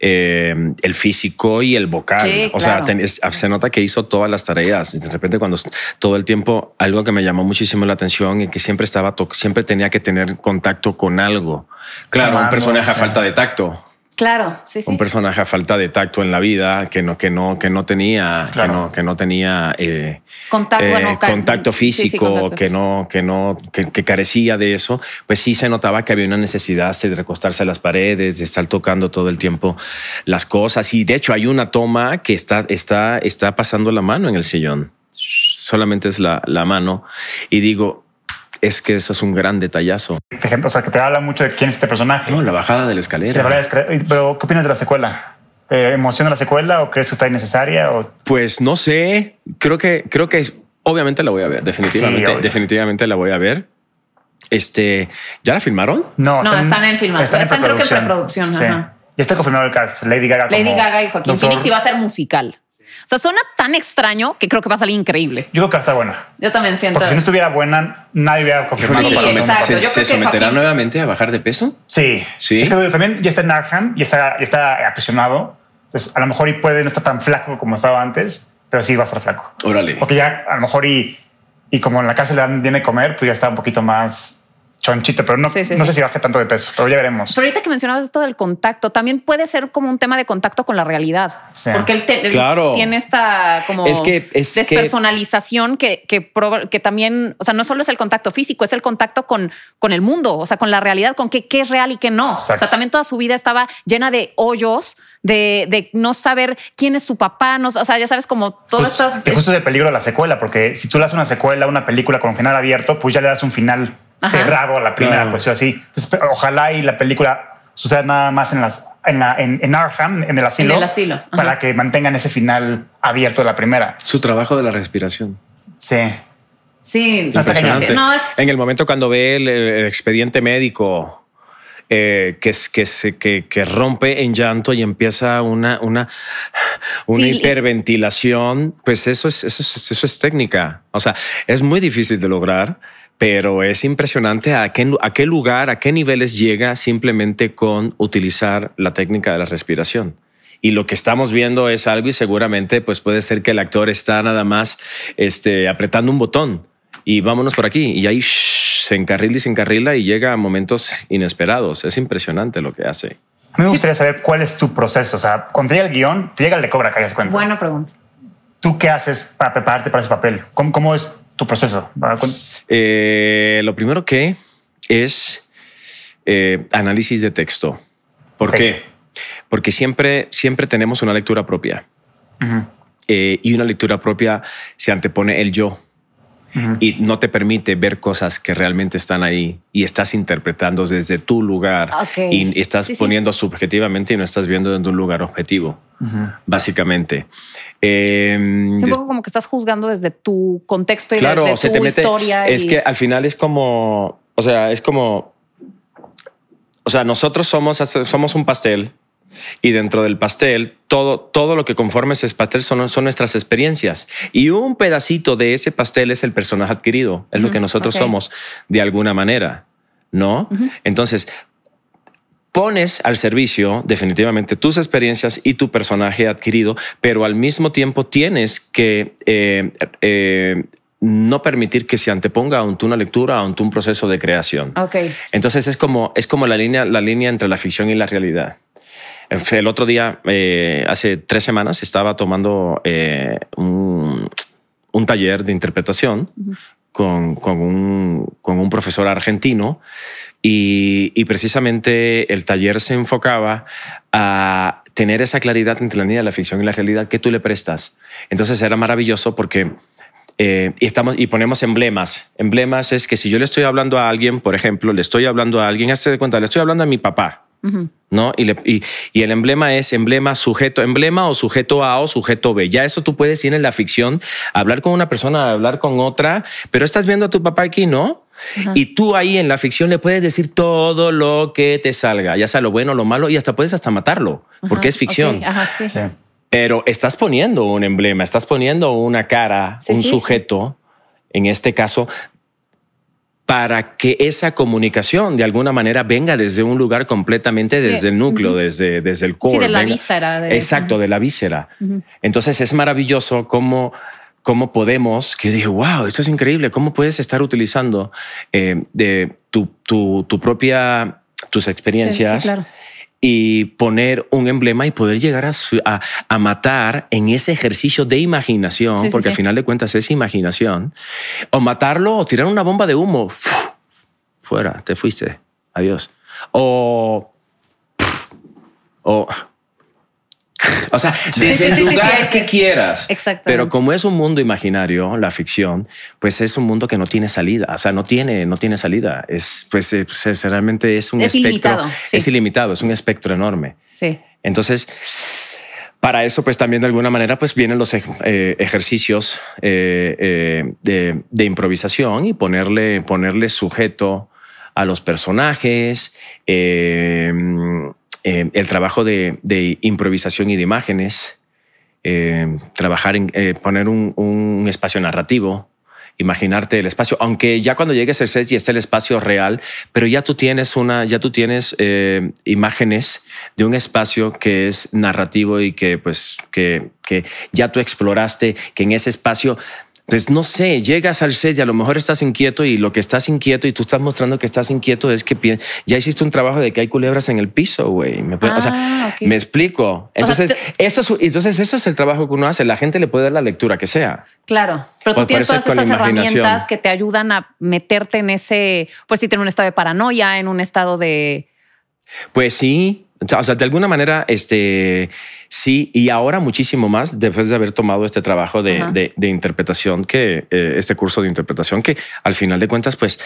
Speaker 3: eh, el físico y el vocal.
Speaker 2: Sí,
Speaker 3: o
Speaker 2: claro.
Speaker 3: sea, ten- es- se nota que hizo todas las tareas. Y De repente, cuando s- todo el tiempo, algo que me llamó muchísimo la atención y que siempre estaba, to- siempre tenía que tener contacto con algo. Claro,
Speaker 1: Con
Speaker 3: un
Speaker 1: algo,
Speaker 3: personaje a
Speaker 1: sí.
Speaker 3: falta de tacto.
Speaker 2: Claro, sí, sí.
Speaker 3: Un personaje a falta de tacto en la vida que no, que no, que no tenía,
Speaker 1: Claro.
Speaker 3: que no, que no tenía eh,
Speaker 2: Contacto,
Speaker 3: eh,
Speaker 2: bueno, ca-
Speaker 3: contacto
Speaker 2: sí, sí,
Speaker 3: físico
Speaker 2: contacto
Speaker 3: que
Speaker 2: físico.
Speaker 3: no que no que, que carecía de eso pues sí se notaba que había una necesidad de recostarse a las paredes de estar tocando todo el tiempo las cosas y de hecho hay una toma que está está está pasando la mano en el sillón solamente es la, la mano y digo es que eso es un gran detallazo
Speaker 1: Te- gente- Este O sea, que te habla mucho de quién es este personaje.
Speaker 3: no la bajada de la
Speaker 1: La verdad
Speaker 3: escalera
Speaker 1: es que- Pero, ¿qué opinas de la secuela? ¿Te emociona la secuela o crees que está innecesaria? O...
Speaker 3: pues no sé creo que creo que es- obviamente la voy a ver definitivamente
Speaker 1: Sí, obvio.
Speaker 3: definitivamente la voy a ver este ya la filmaron
Speaker 1: No,
Speaker 2: No, están en filmación. Están creo que en preproducción,
Speaker 1: Sí.
Speaker 2: ajá.
Speaker 1: Ya está confirmado el cast. Lady Gaga.
Speaker 2: Lady
Speaker 1: como
Speaker 2: Gaga y Joaquín
Speaker 1: Doctor-
Speaker 2: Phoenix iba a ser musical. O sea, suena tan extraño que creo que va a salir increíble.
Speaker 1: Yo creo que va a estar buena.
Speaker 2: Yo también siento.
Speaker 1: Porque si no estuviera buena, nadie hubiera confirmado.
Speaker 2: Sí,
Speaker 1: para
Speaker 3: ¿Se,
Speaker 1: nosotros.
Speaker 2: exacto. Yo
Speaker 3: ¿se,
Speaker 2: creo
Speaker 3: se
Speaker 2: que
Speaker 3: someterá
Speaker 2: Joaquín-
Speaker 3: nuevamente a bajar de peso?
Speaker 1: Sí.
Speaker 3: Sí.
Speaker 1: Es que digo, también ya está en Arham, ya está, ya está aprisionado. Entonces, a lo mejor y puede no estar tan flaco como estaba antes, pero sí va a estar flaco.
Speaker 3: Órale.
Speaker 1: Porque ya a lo mejor y, y como en la cárcel le dan bien de comer, pues ya está un poquito más chonchito, pero no,
Speaker 2: Sí, sí,
Speaker 1: no
Speaker 2: sí.
Speaker 1: sé si baje tanto de peso, pero ya veremos.
Speaker 2: Pero ahorita que mencionabas esto del contacto, también puede ser como un tema de contacto con la realidad.
Speaker 1: Sí.
Speaker 2: Porque él, te- él
Speaker 3: Claro.
Speaker 2: tiene esta como
Speaker 3: Es que- es que-
Speaker 2: despersonalización que, que, proba- que también, o sea, no solo es el contacto físico, es el contacto con, con el mundo, o sea, con la realidad, con qué, qué es real y qué no. O sea,
Speaker 1: Exacto.
Speaker 2: también toda su vida estaba llena de hoyos, de, de no saber quién es su papá, no, o sea, ya sabes, como todas
Speaker 1: Justo-
Speaker 2: estas...
Speaker 1: y Pues, justo es el peligro de la secuela, porque si tú le das una secuela, una película con final abierto, pues ya le das un final
Speaker 2: Ajá.
Speaker 1: cerrado a la primera
Speaker 3: Claro.
Speaker 1: cuestión así. Entonces, pero ojalá y la película suceda nada más en las en, la- en, en Arkham, en el asilo,
Speaker 2: el asilo, ajá.
Speaker 1: para que mantengan ese final abierto de la primera.
Speaker 3: Su trabajo de la respiración.
Speaker 1: Sí.
Speaker 2: Sí,
Speaker 1: No, está cañón.
Speaker 2: sí, no, es...
Speaker 3: En el momento cuando ve el, el expediente médico eh, que, es- que, se, que, que rompe en llanto y empieza una, una, una
Speaker 2: Sí, y-
Speaker 3: hiperventilación, pues eso es, eso, es, eso es técnica. O sea, es muy difícil de lograr, pero es impresionante a qué, lu- a qué lugar, a qué niveles llega simplemente con utilizar la técnica de la respiración. Y lo que estamos viendo es algo y seguramente pues puede ser que el actor está nada más este, apretando un botón y vámonos por aquí. Y ahí shh, se encarrila y se encarrila y llega a momentos inesperados. Es impresionante lo que hace.
Speaker 1: A mí me gustaría saber cuál es tu proceso. O sea, cuando te llega el guión, te llega el de Cobra, que hayas cuenta.
Speaker 2: Buena pregunta.
Speaker 1: ¿Tú qué haces para prepararte para ese papel? ¿Cómo, cómo es tu proceso? Para cu-
Speaker 3: Eh, lo primero que es eh, análisis de texto. ¿Por
Speaker 1: Ok.
Speaker 3: qué? Porque siempre, siempre tenemos una lectura propia. Eh, y una lectura propia se antepone el yo. Y no te permite ver cosas que realmente están ahí y estás interpretando desde tu lugar
Speaker 2: Ok.
Speaker 3: y estás
Speaker 2: Sí, sí.
Speaker 3: poniendo subjetivamente y no estás viendo desde un lugar objetivo, básicamente. Eh,
Speaker 2: Sí,
Speaker 3: des-
Speaker 2: un poco como que estás juzgando desde tu contexto y
Speaker 3: claro,
Speaker 2: desde
Speaker 3: se
Speaker 2: tu
Speaker 3: te mete.
Speaker 2: historia.
Speaker 3: Es
Speaker 2: y-
Speaker 3: que al final es como, o sea, es como, o sea, nosotros somos, somos un pastel y dentro del pastel todo, todo lo que conforma ese pastel son, son nuestras experiencias y un pedacito de ese pastel es el personaje adquirido, es lo que
Speaker 2: Ujú,
Speaker 3: nosotros
Speaker 2: ok.
Speaker 3: somos de alguna manera, ¿no? Entonces, pones al servicio definitivamente tus experiencias y tu personaje adquirido, pero al mismo tiempo tienes que eh, eh, no permitir que se anteponga ante una lectura, ante un proceso de creación.
Speaker 2: Ok.
Speaker 3: Entonces es como, es como la, línea, la línea entre la ficción y la realidad. El otro día, eh, hace tres semanas, estaba tomando eh, un, un taller de interpretación con, con un, con un profesor argentino y, y precisamente el taller se enfocaba a tener esa claridad entre la línea de la ficción y la realidad que tú le prestas. Entonces era maravilloso porque eh, y, estamos, y ponemos emblemas. Emblemas es que si yo le estoy hablando a alguien, por ejemplo, le estoy hablando a alguien, hazte de cuenta, le estoy hablando a mi papá.
Speaker 2: Ujú.
Speaker 3: ¿no? Y, le- y- y el emblema es emblema sujeto, emblema o sujeto A o sujeto B. Ya eso tú puedes ir en la ficción, hablar con una persona, hablar con otra, pero estás viendo a tu papá aquí, ¿no? Y tú ahí en la ficción le puedes decir todo lo que te salga, ya sea lo bueno, lo malo, y hasta puedes hasta matarlo,
Speaker 2: Ajá,
Speaker 3: porque es ficción.
Speaker 2: ok, ajá, sí.
Speaker 1: Sí.
Speaker 3: Pero estás poniendo un emblema, estás poniendo una cara,
Speaker 2: Sí,
Speaker 3: un
Speaker 2: sí,
Speaker 3: sujeto, en este caso, para que esa comunicación de alguna manera venga desde un lugar completamente desde el núcleo, desde, desde el core.
Speaker 2: Sí, de la
Speaker 3: venga-
Speaker 2: víscera. de-
Speaker 3: Exacto, de la víscera. Entonces es maravilloso cómo, cómo podemos, que dije, wow, esto es increíble, cómo puedes estar utilizando eh, de tu, tu, tu propia, tus experiencias
Speaker 2: Sí, claro.
Speaker 3: y poner un emblema y poder llegar a, su- a- a matar en ese ejercicio de imaginación,
Speaker 2: Sí, sí,
Speaker 3: porque
Speaker 2: sí.
Speaker 3: al final de cuentas es imaginación, o matarlo o tirar una bomba de humo. Fuera, te fuiste. Adiós. O... O... O sea,
Speaker 2: sí,
Speaker 3: desde
Speaker 2: sí,
Speaker 3: el
Speaker 2: sí,
Speaker 3: lugar
Speaker 2: sí.
Speaker 3: que quieras.
Speaker 2: Exactamente.
Speaker 3: Pero como es un mundo imaginario, la ficción, pues es un mundo que no tiene salida. O sea, no tiene, no tiene salida. Es, pues, eh, pues, es- realmente es un
Speaker 2: Es
Speaker 3: espectro.
Speaker 2: ilimitado, sí.
Speaker 3: Es ilimitado, es un espectro enorme.
Speaker 2: Sí.
Speaker 3: Entonces, para eso, pues también de alguna manera, pues vienen los ej- eh, ejercicios eh, eh, de, de improvisación y ponerle, ponerle sujeto a los personajes, eh, eh, el trabajo de, de improvisación y de imágenes. eh, trabajar en eh, poner un, un espacio narrativo, imaginarte el espacio, aunque ya cuando llegues al set y esté el espacio real, pero ya tú tienes una, ya tú tienes eh, imágenes de un espacio que es narrativo y que pues que, que ya tú exploraste, que en ese espacio pues no sé, llegas al set y a lo mejor estás inquieto y lo que estás inquieto y tú estás mostrando que estás inquieto es que pi- ya hiciste un trabajo de que hay culebras en el piso, güey. Me puede- o sea,
Speaker 2: Ah, ok.
Speaker 3: me explico. Entonces,
Speaker 2: te-
Speaker 3: eso es, entonces eso es el trabajo que uno hace. La gente le puede dar la lectura que sea.
Speaker 2: Claro, pero tú
Speaker 3: Pues
Speaker 2: tienes
Speaker 3: parece
Speaker 2: todas
Speaker 3: con la
Speaker 2: estas
Speaker 3: imaginación.
Speaker 2: herramientas que te ayudan a meterte en ese, pues sí, en un estado de paranoia, en un estado de...
Speaker 3: Pues sí. O sea, de alguna manera, este sí, y ahora muchísimo más después de haber tomado este trabajo de,
Speaker 2: Ajá.
Speaker 3: de- de interpretación, que eh, este curso de interpretación, que al final de cuentas, pues,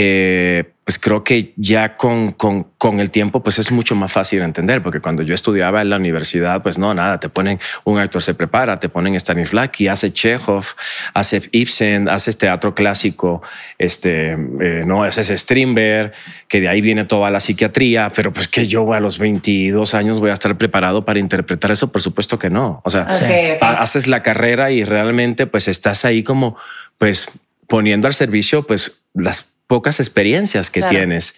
Speaker 3: eh, pues creo que ya con, con, con el tiempo, pues es mucho más fácil de entender, porque cuando yo estudiaba en la universidad, pues no, nada, te ponen un actor se prepara, te ponen Stanislavski, hace Chekhov, hace Ibsen, haces teatro clásico, este, eh, no, haces Strindberg, que de ahí viene toda la psiquiatría, pero pues que yo a los 22 años voy a estar preparado para interpretar eso, por supuesto que no. O sea,
Speaker 2: Ok, ok.
Speaker 3: ha- haces la carrera y realmente pues estás ahí como pues poniendo al servicio pues las pocas experiencias que
Speaker 2: Claro.
Speaker 3: tienes.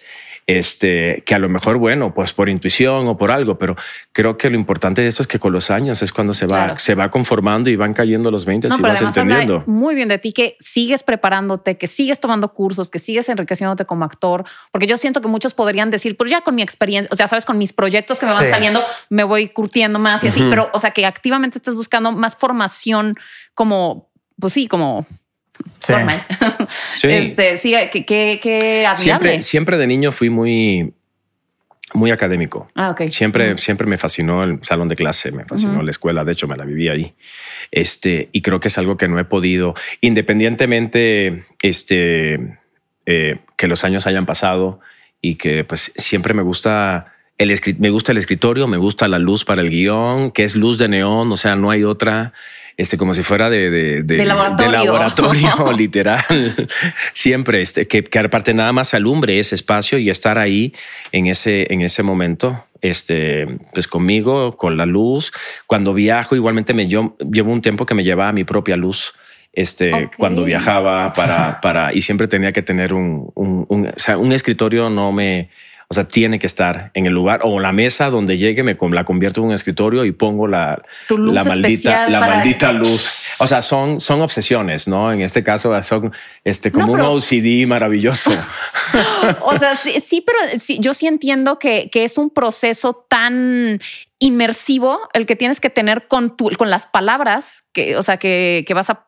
Speaker 3: Este, que a lo mejor, bueno, pues por intuición o por algo, pero creo que lo importante de esto es que con los años es cuando se va,
Speaker 2: Claro.
Speaker 3: se va conformando y van cayendo los 20
Speaker 2: No,
Speaker 3: y
Speaker 2: pero
Speaker 3: vas
Speaker 2: además habla
Speaker 3: entendiendo.
Speaker 2: muy bien de ti que sigues preparándote, que sigues tomando cursos, que sigues enriqueciéndote como actor, porque yo siento que muchos podrían decir, pues ya con mi experiencia, o sea, sabes, con mis proyectos que me van
Speaker 1: Sí.
Speaker 2: saliendo, me voy curtiendo más y así, pero o sea, que activamente estés buscando más formación como, pues sí, como
Speaker 1: Sí.
Speaker 2: formal.
Speaker 3: Sí.
Speaker 2: Este, sí, que, que, que admirable.
Speaker 3: siempre, siempre de niño fui muy, muy académico.
Speaker 2: Ah, ok.
Speaker 3: Siempre, siempre me fascinó el salón de clase, me fascinó
Speaker 2: Ujú.
Speaker 3: la escuela. De hecho, me la viví ahí. Este, y creo que es algo que no he podido, independientemente este, eh, que los años hayan pasado y que pues siempre me gusta. El, escri- me gusta el escritorio, me gusta la luz para el guión, que es luz de neón, o sea, no hay otra, este, como si fuera de, de, de-
Speaker 2: De laboratorio.
Speaker 3: laboratorio, literal. Siempre, este, que, que aparte nada más alumbre ese espacio y estar ahí en ese, en ese momento, este, pues conmigo, con la luz. Cuando viajo, igualmente me yo, llevo un tiempo que me llevaba mi propia luz. Este,
Speaker 2: Ok.
Speaker 3: cuando viajaba para, para, y siempre tenía que tener un, un, un- o sea, un escritorio, no me, o sea, tiene que estar en el lugar o la mesa donde llegue, me con- la convierto en un escritorio y pongo la,
Speaker 2: Tu luz
Speaker 3: la maldita,
Speaker 2: especial
Speaker 3: la
Speaker 2: para-
Speaker 3: maldita luz. O sea, son, son obsesiones, ¿no? En este caso son este, como
Speaker 2: No,
Speaker 3: un
Speaker 2: pero-
Speaker 3: OCD maravilloso.
Speaker 2: O sea, sí, sí, pero sí, yo sí entiendo que, que es un proceso tan inmersivo el que tienes que tener con, tu, con las palabras, que, o sea, que, que vas a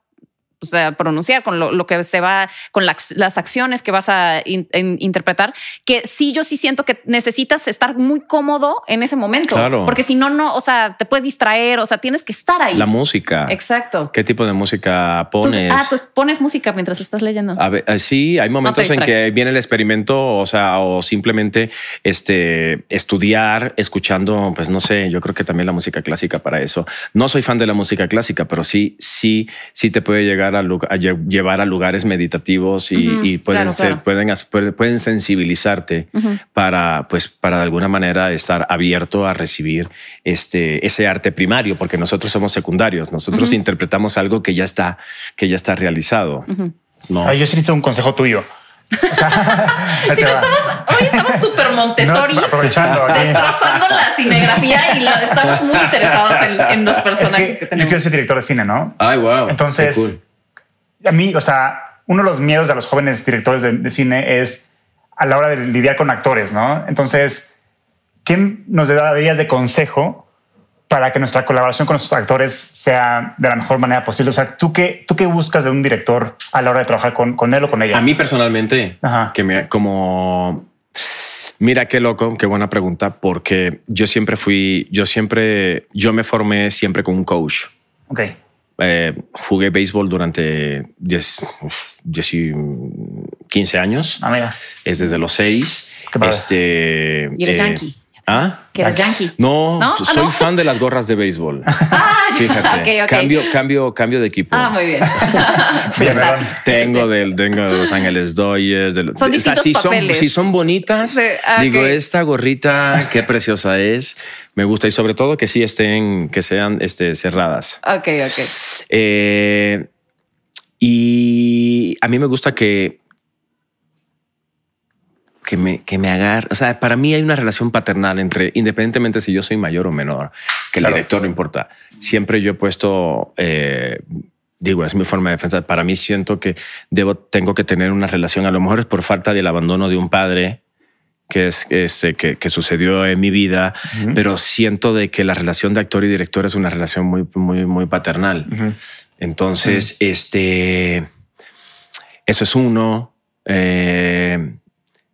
Speaker 2: o sea, pronunciar, con lo, lo que se va, con la- las acciones que vas a in- en- interpretar, que sí, yo sí siento que necesitas estar muy cómodo en ese momento.
Speaker 3: Claro.
Speaker 2: Porque si no, no, o sea, te puedes distraer, o sea, tienes que estar ahí.
Speaker 3: la música.
Speaker 2: Exacto.
Speaker 3: ¿Qué tipo de música
Speaker 2: Tus-
Speaker 3: pones?
Speaker 2: ah, pues pones música mientras estás leyendo.
Speaker 3: A ve- eh, sí, hay momentos en
Speaker 2: distraigas.
Speaker 3: que viene el experimento, o sea, o simplemente este, estudiar, escuchando, pues no sé, yo creo que también la música clásica para eso. No soy fan de la música clásica, pero sí, sí, sí te puede llegar a, lu- a lle- llevar a lugares meditativos y,
Speaker 2: Ujú,
Speaker 3: y pueden
Speaker 2: claro,
Speaker 3: ser,
Speaker 2: claro.
Speaker 3: Pueden, hacer- pueden, pueden sensibilizarte
Speaker 2: Ujú.
Speaker 3: para, pues, para de alguna manera estar abierto a recibir este, ese arte primario, porque nosotros somos secundarios, nosotros
Speaker 2: Ujú.
Speaker 3: interpretamos algo que ya está, que ya está realizado.
Speaker 2: Ujú.
Speaker 3: ¿no?
Speaker 1: Ah, yo sí necesito un consejo tuyo. O sea, ahí
Speaker 2: Si
Speaker 1: te
Speaker 2: no
Speaker 1: va.
Speaker 2: estamos, hoy estamos súper Montessori.
Speaker 1: No, aprovechando aquí.
Speaker 2: destrozando la cinegrafía y lo- estamos muy interesados en, en los
Speaker 1: Es
Speaker 2: personajes que,
Speaker 1: que yo
Speaker 2: tenemos.
Speaker 1: quiero ser director de cine, ¿no?
Speaker 3: Ay, wow.
Speaker 1: Entonces,
Speaker 3: Ah, Qué cool.
Speaker 1: a mí, o sea, uno de los miedos de los jóvenes directores de, de cine es a la hora de lidiar con actores, ¿no? Entonces, ¿qué nos darías de consejo para que nuestra colaboración con nuestros actores sea de la mejor manera posible? O sea, ¿tú qué, tú qué buscas de un director a la hora de trabajar con, con él o con ella?
Speaker 3: a mí personalmente,
Speaker 1: Ajá.
Speaker 3: que me como mira qué loco, qué buena pregunta, porque yo siempre fui, yo siempre, yo me formé siempre con un coach.
Speaker 1: Ok.
Speaker 3: Eh, jugué béisbol durante 10, uf, 10 y 15 años,
Speaker 1: Ah, mira.
Speaker 3: es desde los 6.
Speaker 1: Qué padre.
Speaker 3: Este,
Speaker 2: Y eres
Speaker 3: eh,
Speaker 2: yankee.
Speaker 3: ¿Ah?
Speaker 2: que eres yankee.
Speaker 3: No, pues
Speaker 2: ¿No? Ah,
Speaker 3: soy
Speaker 2: no.
Speaker 3: fan de las gorras de béisbol.
Speaker 2: Ah, ya. Ok,
Speaker 3: Fíjate.
Speaker 2: ok.
Speaker 3: Cambio, cambio, cambio de equipo.
Speaker 2: Ah, muy bien. Pues,
Speaker 1: Oye,
Speaker 2: Exacto.
Speaker 1: perdón.
Speaker 3: Tengo del tengo de Los Ángeles Dodgers. de los-
Speaker 2: Son
Speaker 3: de-
Speaker 2: distintos
Speaker 3: si son,
Speaker 2: papeles.
Speaker 3: si son bonitas,
Speaker 2: Sí, ah,
Speaker 3: digo,
Speaker 2: ok.
Speaker 3: esta gorrita, qué preciosa es. Me gusta y sobre todo que sí estén, que sean este, cerradas.
Speaker 2: ah, Ok, ok.
Speaker 3: Eh, y a mí me gusta que que me, que me agarre. O sea, para mí hay una relación paternal entre, independientemente si yo soy mayor o menor, que
Speaker 1: Claro.
Speaker 3: el director no importa. Siempre yo he puesto, eh, digo, es mi forma de pensar. Para mí siento que debo, tengo que tener una relación. A lo mejor es por falta del abandono de un padre que es este que, que sucedió en mi vida, pero siento de que la relación de actor y director es una relación muy, muy, muy paternal.
Speaker 1: Ujú.
Speaker 3: Entonces, este, eso es uno. eh,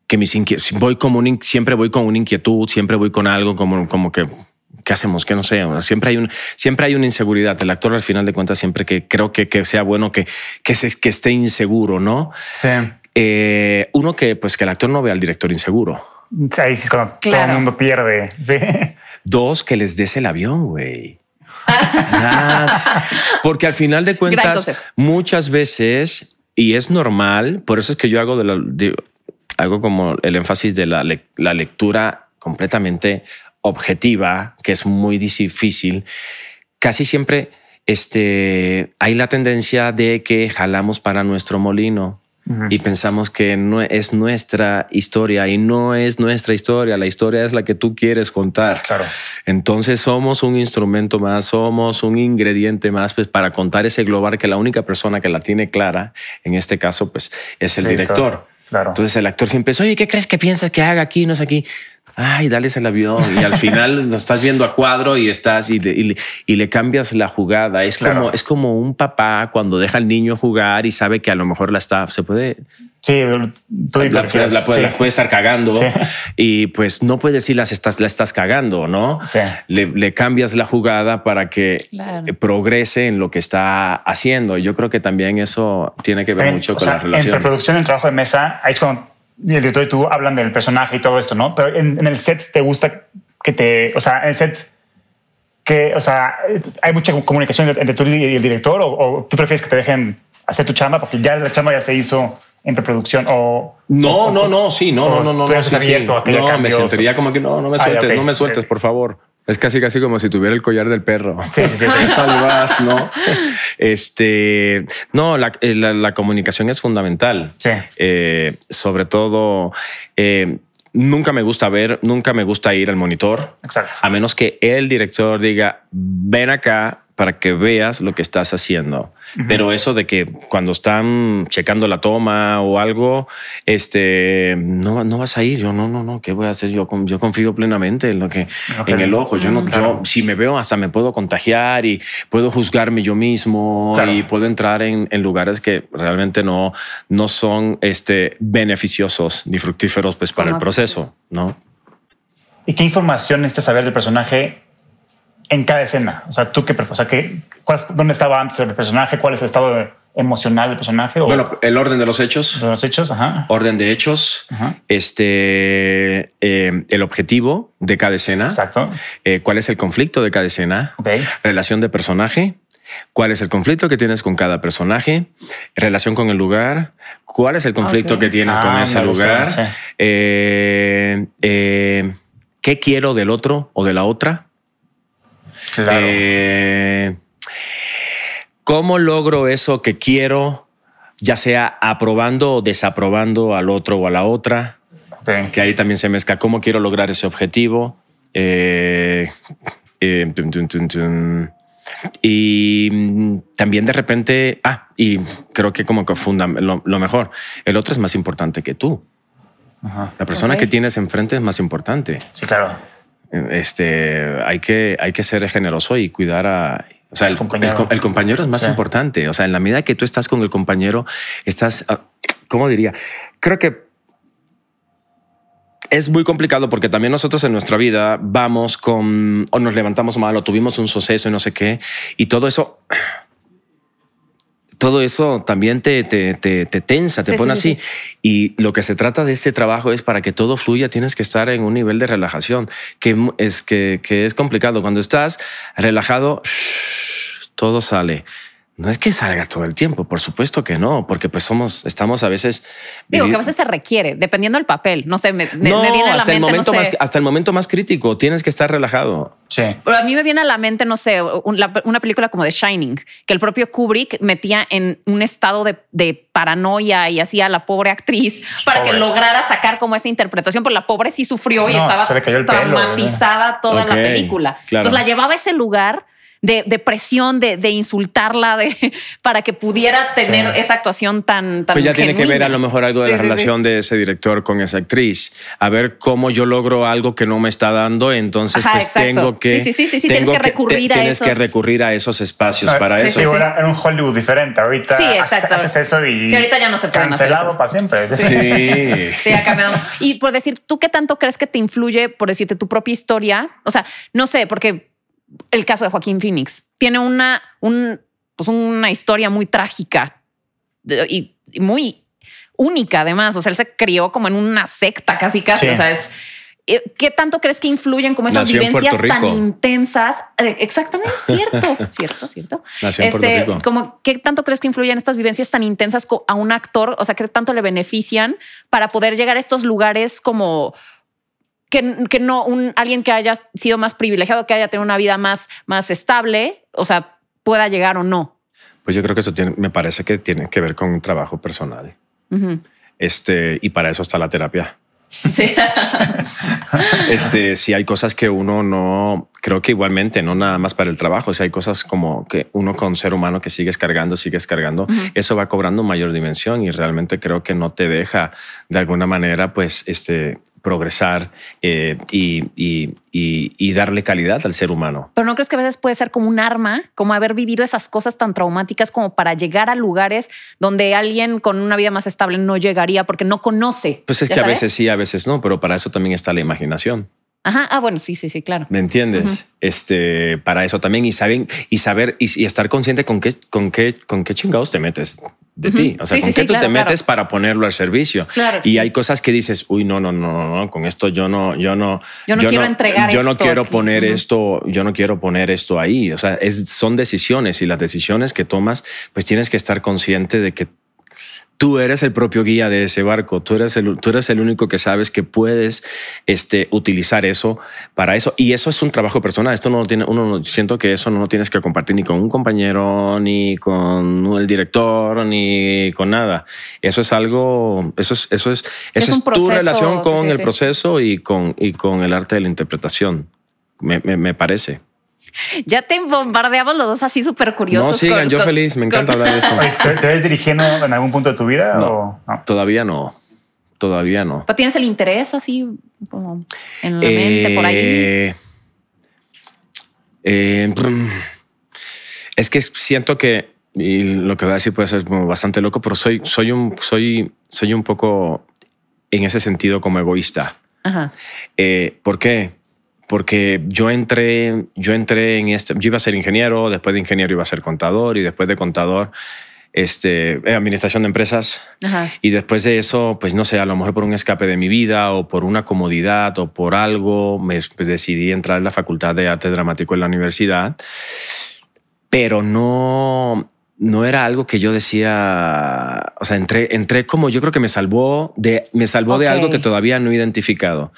Speaker 3: que mis inquie- si voy como un in- siempre voy con una inquietud, siempre voy con algo como, como que qué hacemos, que no sé. Bueno, Siempre hay un, siempre hay una inseguridad. El actor al final de cuentas siempre que creo que, que sea bueno que que, se- que esté inseguro, no?
Speaker 1: Sí.
Speaker 3: Eh, uno que pues que el actor no vea al director inseguro.
Speaker 1: Ahí sí es cuando todo
Speaker 2: Claro.
Speaker 1: el mundo pierde. Sí.
Speaker 3: Dos, que les des el avión, güey. Yes. Porque al final de cuentas,
Speaker 2: consejo.
Speaker 3: muchas veces, y es normal, por eso es que yo hago, de la, de- hago como el énfasis de la, lec- la lectura completamente objetiva, que es muy difícil. Casi siempre este, hay la tendencia de que jalamos para nuestro molino. Y pensamos que no es nuestra historia y no es nuestra historia. La historia es la que tú quieres contar.
Speaker 1: Claro.
Speaker 3: Entonces somos un instrumento más, somos un ingrediente más pues, para contar ese global que la única persona que la tiene clara, en este caso, pues es el
Speaker 1: Sí,
Speaker 3: director.
Speaker 1: claro, claro.
Speaker 3: Entonces el actor siempre es, oye, ¿qué crees que piensas que haga aquí? No es aquí. Ay, dales el avión. Y al final lo estás viendo a cuadro y estás y le, y le- y le cambias la jugada. Es
Speaker 1: Claro.
Speaker 3: como es como un papá cuando deja al niño jugar y sabe que a lo mejor la está, se puede
Speaker 1: Sí, tú y
Speaker 3: la, la- la puede, la puede estar cagando
Speaker 1: Sí.
Speaker 3: y pues no puedes decir las estás, la estás cagando, ¿no?
Speaker 1: Sí.
Speaker 3: Le, le cambias la jugada para que
Speaker 2: Claro.
Speaker 3: eh, progrese en lo que está haciendo. Yo creo que también eso tiene que ver mucho con la
Speaker 1: En
Speaker 3: relación.
Speaker 1: preproducción, en trabajo de mesa, ahí es cuando el director y tú hablan del personaje y todo esto, ¿no? Pero en, en el set te gusta que te. O sea, en el set. Que, o sea, hay mucha comunicación entre tú y el director, o, o tú prefieres que te dejen hacer tu chamba porque ya la chamba ya se hizo en preproducción o.
Speaker 3: No,
Speaker 1: o-
Speaker 3: no, no, sí, no,
Speaker 1: o
Speaker 3: no, no, no,
Speaker 1: tú
Speaker 3: no,
Speaker 1: eres
Speaker 3: sí, sí.
Speaker 1: abierto a que haya
Speaker 3: No, me
Speaker 1: cambios.
Speaker 3: sentiría como que no, no me
Speaker 1: Ah, ya,
Speaker 3: sueltes,
Speaker 1: ok,
Speaker 3: no me sueltes,
Speaker 1: ok.
Speaker 3: por favor. Es casi, casi como si tuviera el collar del perro.
Speaker 1: Sí, sí, sí.
Speaker 3: Ahí vas, ¿no? Este, no, la, eh, la- la comunicación es fundamental.
Speaker 1: Sí.
Speaker 3: Eh, sobre todo, eh, nunca me gusta ver, nunca me gusta ir al monitor,
Speaker 1: Exacto.
Speaker 3: a menos que el director diga, ven acá para que veas lo que estás haciendo. Pero eso de que cuando están checando la toma o algo, este, no, no vas a ir. Yo no, no, no, ¿qué voy a hacer? Yo, con- yo confío plenamente en lo que,
Speaker 1: Ok.
Speaker 3: en el ojo. Yo no, yo, si me veo hasta me puedo contagiar y puedo juzgarme yo mismo
Speaker 1: Claro.
Speaker 3: y puedo entrar en, en lugares que realmente no, no son este, beneficiosos ni fructíferos pues, para el
Speaker 2: Como-
Speaker 3: proceso, ¿no?
Speaker 1: ¿Y qué información necesitas saber del personaje en cada escena? O sea, tú qué prefieres, o sea, ¿qué, cuál- ¿dónde estaba antes el personaje? ¿Cuál es el estado emocional del personaje? O
Speaker 3: Bueno, el orden de los hechos.
Speaker 1: de los hechos, ajá.
Speaker 3: Orden de hechos,
Speaker 1: Ajá.
Speaker 3: este, eh, el objetivo de cada escena,
Speaker 1: Exacto.
Speaker 3: eh, cuál es el conflicto de cada escena,
Speaker 1: Ok.
Speaker 3: relación de personaje, cuál es el conflicto que tienes con cada personaje, relación con el lugar, cuál es el conflicto
Speaker 2: Ok.
Speaker 3: que tienes
Speaker 1: Ah,
Speaker 3: con ese
Speaker 1: me gustó,
Speaker 3: lugar,
Speaker 1: sí.
Speaker 3: eh, eh, qué quiero del otro o de la otra,
Speaker 1: Claro.
Speaker 3: eh, ¿Cómo logro eso que quiero, ya sea aprobando o desaprobando al otro o a la otra?
Speaker 1: Ok.
Speaker 3: Que ahí también se mezcla cómo quiero lograr ese objetivo. Eh, eh, tun, tun, tun, tun. Y mm, también de repente, ah, y creo que como que funda lo, lo mejor, el otro es más importante que tú.
Speaker 1: Ajá.
Speaker 3: La persona
Speaker 2: Ok.
Speaker 3: que tienes enfrente es más importante
Speaker 1: Sí, claro.
Speaker 3: este, hay que, hay que ser generoso y cuidar a. O sea, el,
Speaker 1: El compañero.
Speaker 3: el co- el compañero es más
Speaker 1: Sí.
Speaker 3: importante. O sea, en la medida que tú estás con el compañero, estás. ah, ¿Cómo diría? Creo que es muy complicado porque también nosotros en nuestra vida vamos con. o nos levantamos mal o tuvimos un suceso y no sé qué. Y todo eso todo eso también te, te, te, te tensa, te
Speaker 2: Sí,
Speaker 3: pone
Speaker 2: sí, sí,
Speaker 3: así. Y lo que se trata de este trabajo es para que todo fluya, tienes que estar en un nivel de relajación, que mu- es, que, que es complicado. Cuando estás relajado, todo sale. No es que salgas todo el tiempo, por supuesto que no, porque pues somos, estamos a veces...
Speaker 2: Digo que
Speaker 3: vivi-
Speaker 2: a veces se requiere, dependiendo del papel. No sé, me, me-
Speaker 3: no,
Speaker 2: me viene a la
Speaker 3: hasta el
Speaker 2: mente.
Speaker 3: momento
Speaker 2: no sé.
Speaker 3: más, hasta el momento más crítico, tienes que estar relajado.
Speaker 1: Sí.
Speaker 2: Pero a mí me viene a la mente, no sé, un- la- una película como The Shining, que el propio Kubrick metía en un estado de, de paranoia y hacía a la pobre actriz para que
Speaker 1: Pobre.
Speaker 2: lograra sacar como esa interpretación, pero la pobre sí sufrió y
Speaker 1: No,
Speaker 2: estaba
Speaker 1: se le cayó el pelo,
Speaker 2: traumatizada toda la
Speaker 3: Ok,
Speaker 2: película.
Speaker 3: claro.
Speaker 2: Entonces la llevaba a ese lugar de, de presión, de, de insultarla, de, para que pudiera tener
Speaker 1: Sí.
Speaker 2: esa actuación tan... tan
Speaker 3: Pues ya tiene que ver
Speaker 2: genuina.
Speaker 3: a lo mejor algo de
Speaker 2: Sí,
Speaker 3: la
Speaker 2: sí, sí.
Speaker 3: relación de ese director con esa actriz, a ver cómo yo logro algo que no me está dando, entonces
Speaker 2: Ajá,
Speaker 3: pues
Speaker 2: exacto.
Speaker 3: tengo que...
Speaker 2: Sí, sí, sí, sí, sí, tienes
Speaker 3: tengo
Speaker 2: que recurrir a
Speaker 3: Tienes que
Speaker 2: esos-
Speaker 3: recurrir a esos espacios
Speaker 1: No,
Speaker 3: Pues para
Speaker 1: Ah, sí,
Speaker 3: eso.
Speaker 1: sí, Era, era un Hollywood diferente. Ahorita
Speaker 2: Sí, exacto.
Speaker 1: haces eso y.
Speaker 2: Sí, ahorita ya no se pueden hacer
Speaker 1: Cancelado
Speaker 2: eso.
Speaker 1: para siempre.
Speaker 3: Sí.
Speaker 2: Sí, ha cambiado. Y por decir, ¿tú qué tanto crees que te influye, por decirte, tu propia historia? O sea, no sé, porque el caso de Joaquín Phoenix tiene una, un, pues una historia muy trágica de- y, y muy única además. O sea, él se crió como en una secta casi casi.
Speaker 1: Sí.
Speaker 2: O sea, es... eh, ¿Qué tanto crees que influyen como esas
Speaker 3: Nació en
Speaker 2: vivencias
Speaker 3: Puerto
Speaker 2: tan
Speaker 3: Rico.
Speaker 2: intensamente? Exactamente, cierto, cierto, cierto.
Speaker 3: Nació en
Speaker 2: Este,
Speaker 3: Puerto Rico.
Speaker 2: como qué tanto crees que influyen estas vivencias tan intensas co- a un actor, o sea, qué tanto le benefician para poder llegar a estos lugares como que, que no un alguien que haya sido más privilegiado, que haya tenido una vida más, más estable, o sea, pueda llegar o no.
Speaker 3: Pues yo creo que eso tiene, me parece que tiene que ver con un trabajo personal.
Speaker 2: Ujú.
Speaker 3: Este, y para eso está la terapia.
Speaker 2: Sí.
Speaker 3: Este, si hay cosas que uno no, creo que igualmente, no nada más para el trabajo, si hay cosas como que uno con ser humano que sigues cargando, sigues cargando, eso va cobrando mayor dimensión y realmente creo que no te deja de alguna manera, pues, este, progresar eh, y, y- y- y darle calidad al ser humano.
Speaker 2: Pero no crees que a veces puede ser como un arma, como haber vivido esas cosas tan traumáticas como para llegar a lugares donde alguien con una vida más estable no llegaría porque no conoce.
Speaker 3: Pues es
Speaker 2: ¿Ya
Speaker 3: que a
Speaker 2: sabes?
Speaker 3: veces sí, a veces no, pero para eso también está la imaginación.
Speaker 2: Ajá. Ah, bueno, sí, sí, sí, claro.
Speaker 3: ¿Me entiendes? Este, para eso también y saben y saber y, y estar consciente con qué con qué con qué chingados te metes de ti, o sea,
Speaker 2: Sí,
Speaker 3: con
Speaker 2: sí,
Speaker 3: qué
Speaker 2: sí,
Speaker 3: tú
Speaker 2: claro,
Speaker 3: te
Speaker 2: claro.
Speaker 3: metes para ponerlo al servicio.
Speaker 2: Claro.
Speaker 3: Y hay cosas que dices, "Uy, no, no, no, no, no, con esto yo no yo no
Speaker 2: Yo no quiero entregar
Speaker 3: yo no
Speaker 2: esto
Speaker 3: quiero
Speaker 2: aquí".
Speaker 3: poner
Speaker 2: Ujú.
Speaker 3: esto, yo no quiero poner esto ahí", o sea, es, son decisiones y las decisiones que tomas, pues tienes que estar consciente de que tú eres el propio guía de ese barco, tú eres el, tú eres el único que sabes que puedes este, utilizar eso para eso. Y eso es un trabajo personal, esto no lo tiene, uno no- siento que eso no lo tienes que compartir ni con un compañero, ni con el director, ni con nada. Eso es algo, eso es, eso es,
Speaker 2: Es
Speaker 3: eso
Speaker 2: un
Speaker 3: es, tu
Speaker 2: proceso,
Speaker 3: relación con
Speaker 2: sí,
Speaker 3: el
Speaker 2: sí.
Speaker 3: proceso y con, y con el arte de la interpretación, me, me- me parece.
Speaker 2: Ya te bombardeamos los dos así súper curiosos.
Speaker 3: no sigan,
Speaker 2: con-
Speaker 3: yo
Speaker 2: con-
Speaker 3: feliz, me encanta
Speaker 2: con-
Speaker 3: hablar de esto.
Speaker 1: Oye, ¿Te, te ves dirigiendo en algún punto de tu vida?
Speaker 3: No.
Speaker 1: O, no?
Speaker 3: Todavía no, todavía no.
Speaker 2: ¿Pero ¿Tienes el interés así como en la mente por ahí?
Speaker 3: Eh, eh, brum. es que siento que y lo que voy a decir puede ser como bastante loco, pero soy, soy un, soy, soy un poco en ese sentido como egoísta.
Speaker 2: Ajá.
Speaker 3: Eh, ¿Por qué? Porque yo entré, yo entré en este, yo iba a ser ingeniero, después de ingeniero iba a ser contador y después de contador, este, eh, administración de empresas.
Speaker 2: Ajá.
Speaker 3: Y después de eso, pues no sé, a lo mejor por un escape de mi vida o por una comodidad o por algo, me pues, decidí entrar en la Facultad de Arte Dramático en la universidad, pero no, no era algo que yo decía, o sea, entré, entré como yo creo que me salvó de, me salvó de
Speaker 2: Ok.
Speaker 3: algo que todavía no he identificado.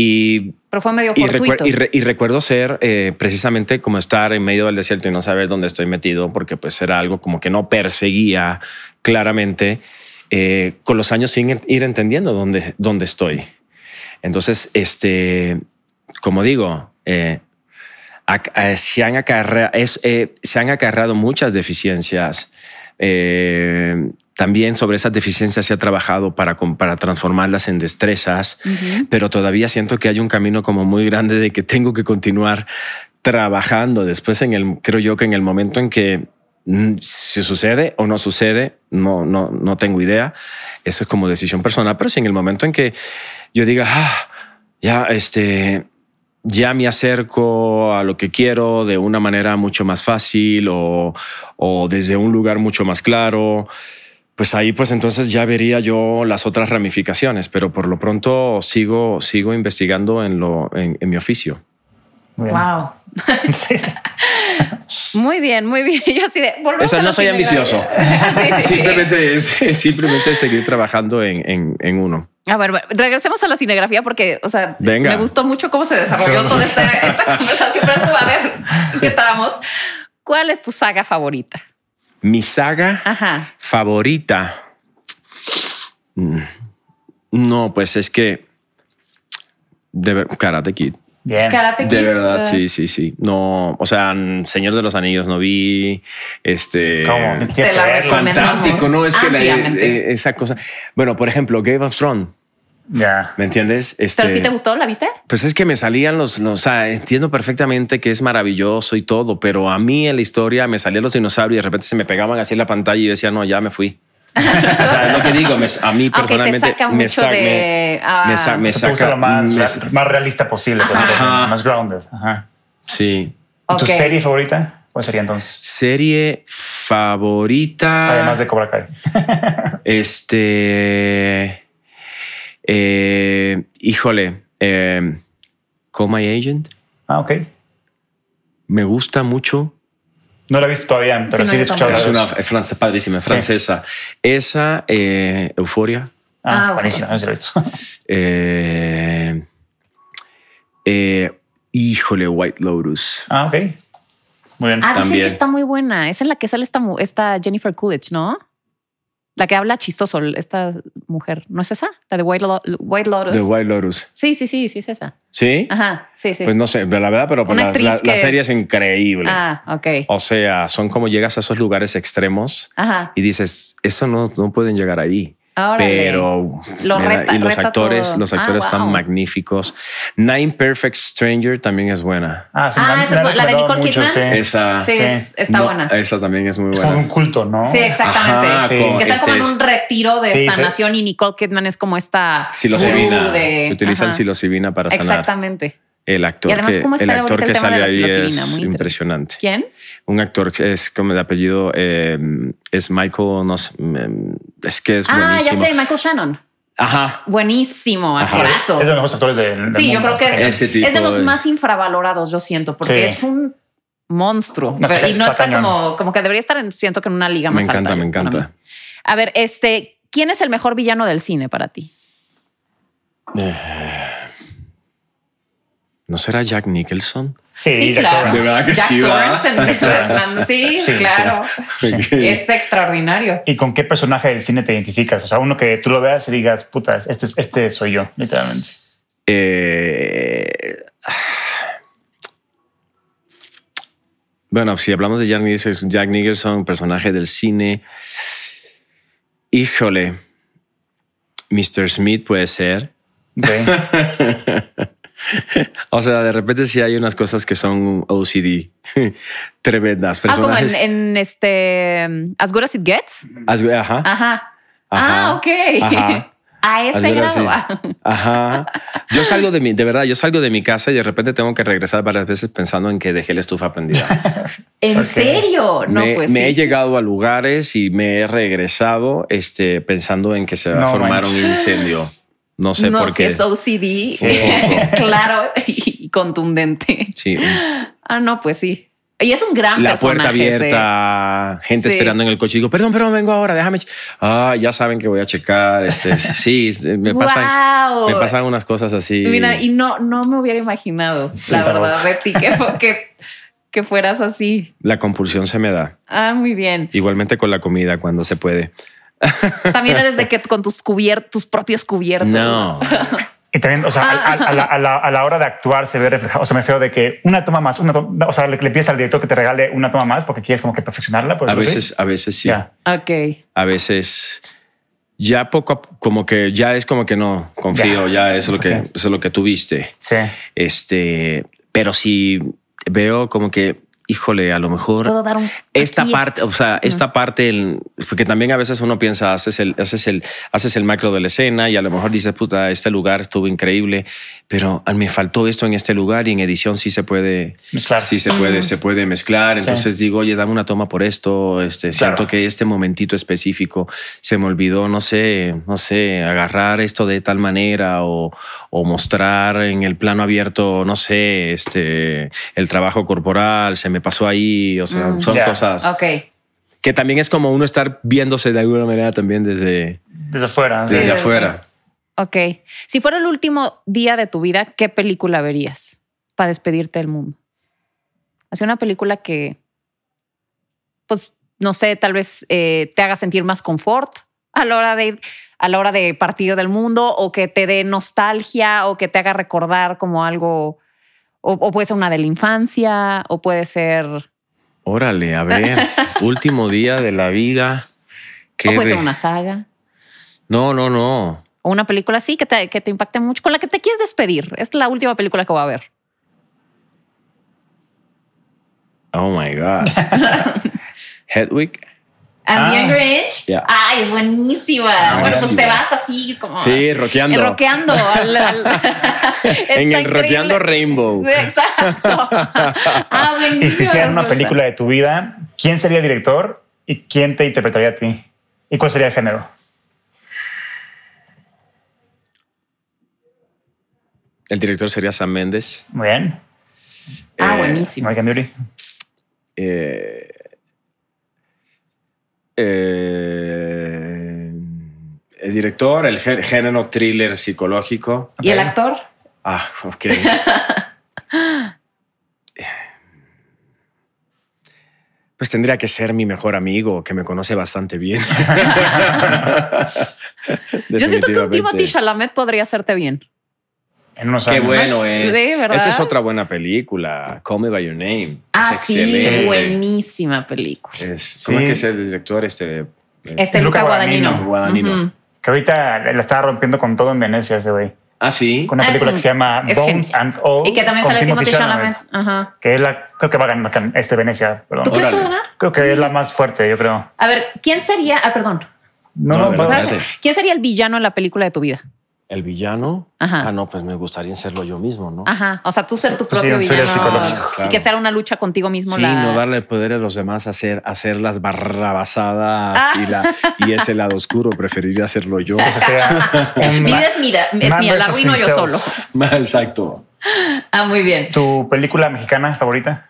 Speaker 3: Y
Speaker 2: Pero fue medio
Speaker 3: y, recuer-
Speaker 2: fortuito.
Speaker 3: y re- y recuerdo ser eh, precisamente como estar en medio del desierto y no saber dónde estoy metido, porque pues era algo como que no perseguía claramente eh, con los años sin en- ir entendiendo dónde, dónde estoy. Entonces, este, como digo, eh, ac- eh, se, han acarra- es, eh, se han acarrado muchas deficiencias. Eh, también sobre esas deficiencias se ha trabajado para, con- para transformarlas en destrezas
Speaker 2: Ujú.
Speaker 3: pero todavía siento que hay un camino como muy grande de que tengo que continuar trabajando. Después en el, creo yo que en el momento en que mm, si sucede o no sucede, no, no, no tengo idea. Eso es como decisión personal, pero si en el momento en que yo diga, "Ah, ya, este, ya me acerco a lo que quiero de una manera mucho más fácil o, o desde un lugar mucho más claro, pues ahí pues entonces ya vería yo las otras ramificaciones, pero por lo pronto sigo, sigo investigando en, lo, en, en mi oficio.
Speaker 1: Muy bien.
Speaker 2: Wow. muy bien, muy bien. Yo así de volvemos
Speaker 3: Eso
Speaker 2: a
Speaker 3: no
Speaker 2: la
Speaker 3: soy ambicioso.
Speaker 2: cinegrafía. Sí, sí, sí.
Speaker 3: Simplemente es, es simplemente seguir trabajando en, en- en uno.
Speaker 2: A ver, bueno, regresemos a la cinegrafía porque, o sea,
Speaker 3: Venga.
Speaker 2: me gustó mucho cómo se desarrolló toda esta, esta conversación. Pero es como, a ver, ¿en ¿qué estábamos? ¿Cuál es tu saga favorita?
Speaker 3: Mi saga
Speaker 2: Ajá.
Speaker 3: favorita. Mm. No, pues es que de ver, Karate Kid.
Speaker 1: Bien.
Speaker 2: Karate
Speaker 3: De
Speaker 2: Kid,
Speaker 3: verdad,
Speaker 2: eh,
Speaker 3: sí, sí, sí. No, o sea, mm, Señor de los Anillos no vi. Este.
Speaker 1: ¿Cómo? Tienes
Speaker 2: Te
Speaker 1: que
Speaker 2: la
Speaker 1: verlo.
Speaker 2: recomendamos.
Speaker 3: Fantástico, ¿no? Es que la-
Speaker 2: Ampliamente.
Speaker 3: eh, esa cosa. Bueno, por ejemplo, Game of Thrones,
Speaker 1: Ya.
Speaker 3: ¿me entiendes? Este,
Speaker 2: Pero sí te gustó, ¿la viste?
Speaker 3: Pues es que me salían los, los- o sea, entiendo perfectamente que es maravilloso y todo, pero a mí en la historia me salían los dinosaurios y de repente se me pegaban así en la pantalla y yo decía, no, ya me fui. o sea, es lo que digo, me- a mí
Speaker 2: Aunque Ah, te
Speaker 3: personalmente
Speaker 2: saca
Speaker 3: me,
Speaker 2: mucho
Speaker 3: sa-
Speaker 2: de.
Speaker 3: me-
Speaker 2: ah,
Speaker 3: me sa- me
Speaker 1: O sea, te gusta
Speaker 3: saca
Speaker 1: lo más,
Speaker 3: me-
Speaker 1: ra- más realista posible, pues,
Speaker 3: Ajá.
Speaker 1: más grounded. Ajá.
Speaker 3: sí.
Speaker 1: ¿Y ¿Tu
Speaker 2: ok. Ah,
Speaker 1: serie favorita? ¿Cuál sería entonces?
Speaker 3: Serie favorita.
Speaker 1: Además de Cobra Kai.
Speaker 3: Este. eh, híjole. eh, Call My Agent.
Speaker 1: Ah, ok.
Speaker 3: Me gusta mucho.
Speaker 1: No la he visto todavía, pero
Speaker 2: no,
Speaker 1: sí he
Speaker 2: yo
Speaker 1: escuchado.
Speaker 3: Es
Speaker 1: hablar de
Speaker 3: una
Speaker 1: eso.
Speaker 3: es francesa padrísima, es francesa. Esa, eh, Euforia.
Speaker 2: Ah,
Speaker 1: Ah,
Speaker 2: bueno.
Speaker 1: buenísima, no sé si la he visto.
Speaker 3: eh, eh, híjole, White Lotus.
Speaker 1: Ah, ok. Muy bien.
Speaker 2: Ah, dicen
Speaker 3: También.
Speaker 2: que está muy buena. Es en la que sale esta, mu- esta Jennifer Coolidge, ¿no? La que habla chistoso, esta mujer. ¿No es esa? La de White, Lo- White Lotus.
Speaker 3: The White Lotus.
Speaker 2: Sí, sí, sí, sí es esa.
Speaker 3: ¿Sí?
Speaker 2: Ajá, sí, sí.
Speaker 3: Pues no sé, pero la verdad, pero
Speaker 2: Una
Speaker 3: la,
Speaker 2: actriz
Speaker 3: la- la
Speaker 2: que
Speaker 3: serie
Speaker 2: es-
Speaker 3: es, increíble.
Speaker 2: ah, ok.
Speaker 3: O sea, son como llegas a esos lugares extremos
Speaker 2: Ajá.
Speaker 3: y dices, eso no, no pueden llegar ahí.
Speaker 2: Órale.
Speaker 3: Pero
Speaker 2: Lo
Speaker 3: me da-
Speaker 2: reta-
Speaker 3: y los
Speaker 2: reta
Speaker 3: actores,
Speaker 2: todo.
Speaker 3: los
Speaker 2: Ah,
Speaker 3: actores están
Speaker 2: wow.
Speaker 3: magníficos. Nine Perfect Stranger también es buena.
Speaker 1: Ah, sí,
Speaker 2: Ah,
Speaker 1: me han-
Speaker 2: esa
Speaker 1: me
Speaker 2: es
Speaker 1: han
Speaker 2: bu- la de
Speaker 1: recomendado
Speaker 2: Nicole
Speaker 1: mucho,
Speaker 2: Kidman.
Speaker 1: sí.
Speaker 3: Esa
Speaker 2: sí,
Speaker 1: sí.
Speaker 2: es- está
Speaker 3: no,
Speaker 2: buena.
Speaker 3: Esa también es muy
Speaker 1: Es como
Speaker 3: buena.
Speaker 1: Eh. un culto, ¿no?
Speaker 2: Sí, exactamente.
Speaker 3: Ajá,
Speaker 1: Sí.
Speaker 3: con
Speaker 2: Que está como en
Speaker 3: este-
Speaker 2: un retiro de
Speaker 1: Sí, sí.
Speaker 2: sanación y Nicole Kidman es como esta.
Speaker 3: Psilocibina.
Speaker 2: gurú de-
Speaker 3: Utilizan
Speaker 2: Ajá.
Speaker 3: psilocibina para sanar.
Speaker 2: Exactamente.
Speaker 3: El actor
Speaker 2: Y además,
Speaker 3: que,
Speaker 2: ¿cómo está
Speaker 3: el actor
Speaker 2: ahorita el
Speaker 3: que
Speaker 2: tema de
Speaker 3: sale
Speaker 2: la
Speaker 3: ahí
Speaker 2: psilocibina? Muy
Speaker 3: es
Speaker 2: interesante.
Speaker 3: impresionante.
Speaker 2: ¿Quién?
Speaker 3: Un actor que es como de apellido eh, es Michael, no sé, mm, es que es
Speaker 2: Ah, ya
Speaker 3: buenísimo.
Speaker 2: sé, Michael Shannon.
Speaker 3: Ajá.
Speaker 2: Buenísimo,
Speaker 3: Ajá.
Speaker 1: Es
Speaker 2: actorazo.
Speaker 1: de los mejores actores del, del
Speaker 2: Sí, yo
Speaker 1: mundo.
Speaker 2: creo que es,
Speaker 3: Ese tipo
Speaker 2: es de los
Speaker 3: de-
Speaker 2: más infravalorados, yo siento, porque
Speaker 1: Sí.
Speaker 2: es un monstruo.
Speaker 1: No, está-
Speaker 2: y no
Speaker 1: está
Speaker 2: está
Speaker 1: cañón.
Speaker 2: como, como que debería estar, en, siento que en una liga
Speaker 3: Me
Speaker 2: más
Speaker 3: encanta,
Speaker 2: alta.
Speaker 3: me
Speaker 2: para
Speaker 3: encanta.
Speaker 2: mí. A ver, este, ¿quién es el mejor villano del cine para ti?
Speaker 3: ¿No será Jack Nicholson?
Speaker 1: Sí, Jack
Speaker 2: claro.
Speaker 1: Torrance.
Speaker 3: De verdad que
Speaker 2: Jack
Speaker 3: sí, ¿verdad?
Speaker 2: Torrance en
Speaker 1: Jack Torrance.
Speaker 2: Batman. Sí,
Speaker 1: Sí,
Speaker 2: claro.
Speaker 3: Que-
Speaker 2: Es extraordinario. Ah,
Speaker 1: ¿Y con qué personaje del cine te identificas? O sea, uno que tú lo veas y digas, putas, este, este soy yo, literalmente.
Speaker 3: Eh, bueno, si hablamos de Jack Nicholson, Jack Nicholson, personaje del cine, híjole, Mr. Smith puede ser.
Speaker 1: Ok.
Speaker 3: O sea, de repente sí hay unas cosas que son OCD tremendas.
Speaker 2: Ah, como
Speaker 3: Personajes.
Speaker 2: en, en este um, As Good as It Gets.
Speaker 3: As- ajá.
Speaker 2: Ajá.
Speaker 3: Ajá.
Speaker 2: Ah, ok.
Speaker 3: Ajá.
Speaker 2: A ese
Speaker 3: Algunas
Speaker 2: grado. ah,
Speaker 3: veces. Ajá. Yo salgo de mi, de verdad, yo salgo de mi casa y de repente tengo que regresar varias veces pensando en que dejé la estufa prendida.
Speaker 2: ¿En
Speaker 1: Ok.
Speaker 2: serio? No,
Speaker 3: me
Speaker 2: pues.
Speaker 3: me he
Speaker 2: sí.
Speaker 3: llegado a lugares y me he regresado este, pensando en que se va
Speaker 1: No
Speaker 3: a formar
Speaker 1: manches.
Speaker 3: un incendio. No sé
Speaker 2: no,
Speaker 3: por qué.
Speaker 2: si es OCD,
Speaker 1: Sí.
Speaker 2: eh, claro y contundente.
Speaker 3: Sí, un-
Speaker 2: Ah, no, pues sí. Y es un gran
Speaker 3: la
Speaker 2: personaje.
Speaker 3: puerta abierta, gente
Speaker 2: Sí.
Speaker 3: esperando en el coche. Digo, perdón, perdón, vengo ahora, déjame. che-". Ah, ya saben que voy a checar. Este, sí, me pasan,
Speaker 2: Wow.
Speaker 3: me pasan unas cosas así.
Speaker 2: Mira, y no, no me hubiera imaginado, la
Speaker 1: tampoco.
Speaker 2: verdad, Betty, que, que, que fueras así.
Speaker 3: La compulsión se me da.
Speaker 2: Ah, muy bien.
Speaker 3: Igualmente con la comida cuando se puede.
Speaker 2: También eres de que con tus cubiertos, tus propios cubiertos.
Speaker 3: No.
Speaker 1: Pues Y también, o sea, a, a- a la, a la- a la hora de actuar se ve reflejado. O sea, me feo de que una toma más, una toma, o sea, le, le pides al director que te regale una toma más porque quieres como que perfeccionarla. por
Speaker 3: A
Speaker 1: decirlo así.
Speaker 3: veces, a veces sí.
Speaker 1: Ya.
Speaker 2: Ok.
Speaker 3: A veces ya poco, a- como que ya es como que no confío, ya, es lo que,
Speaker 1: Ok.
Speaker 3: eso es lo que tuviste.
Speaker 1: Sí.
Speaker 3: Este, pero si veo como que híjole, a lo mejor
Speaker 2: Puedo dar un.
Speaker 3: esta
Speaker 2: aquí
Speaker 3: parte, o sea, esta parte, el- porque también a veces uno piensa, haces el, haces el, haces el macro de la escena y a lo mejor dices, puta, este lugar estuvo increíble, pero ah, me faltó esto en este lugar y en edición sí se puede,
Speaker 1: Mezclar.
Speaker 3: sí se puede, se puede mezclar. Entonces digo, oye, dame una toma por esto. Este, siento
Speaker 1: Claro.
Speaker 3: que este momentito específico se me olvidó, no sé, no sé, agarrar esto de tal manera o, o mostrar en el plano abierto, no sé, este, el trabajo corporal se me pasó ahí. O sea,
Speaker 2: Mm.
Speaker 3: son
Speaker 1: Ya.
Speaker 3: cosas
Speaker 2: Ok.
Speaker 3: que también es como uno estar viéndose de alguna manera también desde,
Speaker 1: Desde afuera.
Speaker 3: desde
Speaker 2: Sí.
Speaker 3: afuera.
Speaker 2: Ok. Si fuera el último día de tu vida, ¿qué película verías para despedirte del mundo? Hacia una película que, pues, no sé, tal vez eh, te haga sentir más confort a la hora de ir, a la hora de partir del mundo, o que te dé nostalgia, o que te haga recordar como algo, o, o puede ser una de la infancia, o puede ser,
Speaker 3: Órale, a ver, último día de la vida.
Speaker 2: o
Speaker 3: Qué
Speaker 2: puede ser
Speaker 3: re-
Speaker 2: Oh, pues, una saga.
Speaker 3: No, no, no.
Speaker 2: O una película así que te, que te impacte mucho, con la que te quieres despedir. Es la última película que voy a ver.
Speaker 3: Oh my God. Hedwig.
Speaker 2: And the
Speaker 1: Ah.
Speaker 2: Angry Inch.
Speaker 3: Ya.
Speaker 2: Ay, es buenísima. Bueno, pues
Speaker 3: buenísima.
Speaker 2: te vas así como.
Speaker 3: Sí, rockeando.
Speaker 2: Roqueando. al- al-
Speaker 3: en
Speaker 2: Está
Speaker 3: el Roqueando
Speaker 2: increíble.
Speaker 3: Rainbow.
Speaker 2: Exacto. Ah, buenísima.
Speaker 1: Y si hicieran una
Speaker 2: me gusta.
Speaker 1: película de tu vida, ¿quién sería el director y quién te interpretaría a ti? ¿Y cuál sería el género?
Speaker 3: El director sería Sam Méndez.
Speaker 1: Muy bien.
Speaker 2: Ah,
Speaker 3: Eh,
Speaker 2: buenísima.
Speaker 1: Mike and Beauty.
Speaker 3: Eh, eh, el director, el gé- género thriller psicológico.
Speaker 2: ¿Y el actor?
Speaker 3: Ah, ok. Pues tendría que ser mi mejor amigo, que me conoce bastante bien.
Speaker 2: Yo siento que un
Speaker 3: Definitivamente.
Speaker 2: Timothy Chalamet podría hacerte bien.
Speaker 1: En unos
Speaker 3: Qué
Speaker 1: años.
Speaker 3: bueno es.
Speaker 2: Sí, ¿verdad?
Speaker 3: Esa es otra buena película. Call Me by Your Name.
Speaker 2: Ah,
Speaker 3: es
Speaker 2: sí,
Speaker 3: excelente.
Speaker 2: buenísima película.
Speaker 3: Es- ¿Cómo
Speaker 1: Sí.
Speaker 3: es que es el director? Este. eh,
Speaker 2: Este Luca
Speaker 1: Luca
Speaker 2: Guadagnino.
Speaker 3: Guadagnino.
Speaker 2: Ujú.
Speaker 1: Que ahorita la estaba rompiendo con todo en Venecia ese güey.
Speaker 3: Ah, sí.
Speaker 1: Con una
Speaker 2: Ah, es
Speaker 1: película
Speaker 2: un-
Speaker 1: que se llama
Speaker 2: es
Speaker 1: Bones
Speaker 2: genial.
Speaker 1: and All.
Speaker 2: Y que también
Speaker 1: Oh, con
Speaker 2: sale Timothy Chalamet.
Speaker 1: Chalamet.
Speaker 2: Ajá.
Speaker 1: Que es la, creo que va a ganar este Venecia. perdón.
Speaker 2: ¿Tú crees que va a
Speaker 3: Órale.
Speaker 2: ganar?
Speaker 1: Creo que es la más fuerte, yo creo.
Speaker 2: A ver, ¿quién sería? Ah, perdón.
Speaker 1: No,
Speaker 3: No,
Speaker 1: no,
Speaker 3: adelante.
Speaker 1: vas-
Speaker 3: Adelante.
Speaker 2: ¿Quién sería el villano en la película de tu vida?
Speaker 3: El villano.
Speaker 2: Ajá. Ah,
Speaker 3: Ah, no, pues me gustaría serlo yo mismo, ¿no?
Speaker 2: Ajá. O sea, tú ser tu
Speaker 1: Pues sí,
Speaker 2: propio
Speaker 1: un thriller
Speaker 2: villano.
Speaker 1: psicológico,
Speaker 2: Y que
Speaker 3: claro.
Speaker 2: sea una lucha contigo mismo.
Speaker 3: Sí,
Speaker 2: la-
Speaker 3: no darle el poder a los demás, hacer, hacer las barrabasadas y, la, y
Speaker 2: Ah.
Speaker 3: ese lado oscuro. Preferiría hacerlo yo.
Speaker 1: o sea, un
Speaker 2: Mi
Speaker 1: ma-
Speaker 2: vida es, mira, es
Speaker 1: Man
Speaker 2: mía, la
Speaker 1: versus
Speaker 2: arruino yo
Speaker 1: himself.
Speaker 2: solo.
Speaker 3: Exacto.
Speaker 2: Ah, muy bien.
Speaker 1: ¿Tu película mexicana favorita?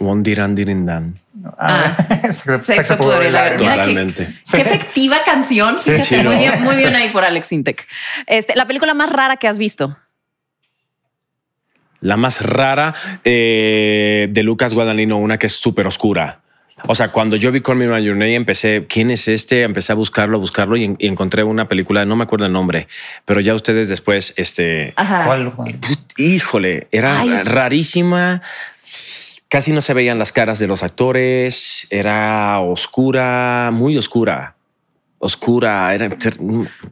Speaker 3: Wondirandirindan.
Speaker 1: Ah, sexo,
Speaker 2: Sexo, pudor y lágrimas. Mira que-
Speaker 3: Totalmente.
Speaker 2: Qué efectiva canción. Fíjate,
Speaker 3: sí,
Speaker 2: muy,
Speaker 3: ¿no?
Speaker 2: bien, muy bien ahí por Alex Intec. Este, la película más rara que has visto.
Speaker 3: La más rara eh, de Lucas Guadagnino, una que es súper oscura. O sea, cuando yo vi Call Me By Your Name, empecé, ¿quién es este? Empecé a buscarlo, a buscarlo y, en- y encontré una película, no me acuerdo el nombre, pero ya ustedes después, este,
Speaker 2: Ajá.
Speaker 1: ¿Cuál, Juan?
Speaker 3: híjole, era
Speaker 2: Ay, es-
Speaker 3: rarísima. Casi no se veían las caras de los actores. Era oscura, muy oscura. Oscura. Era,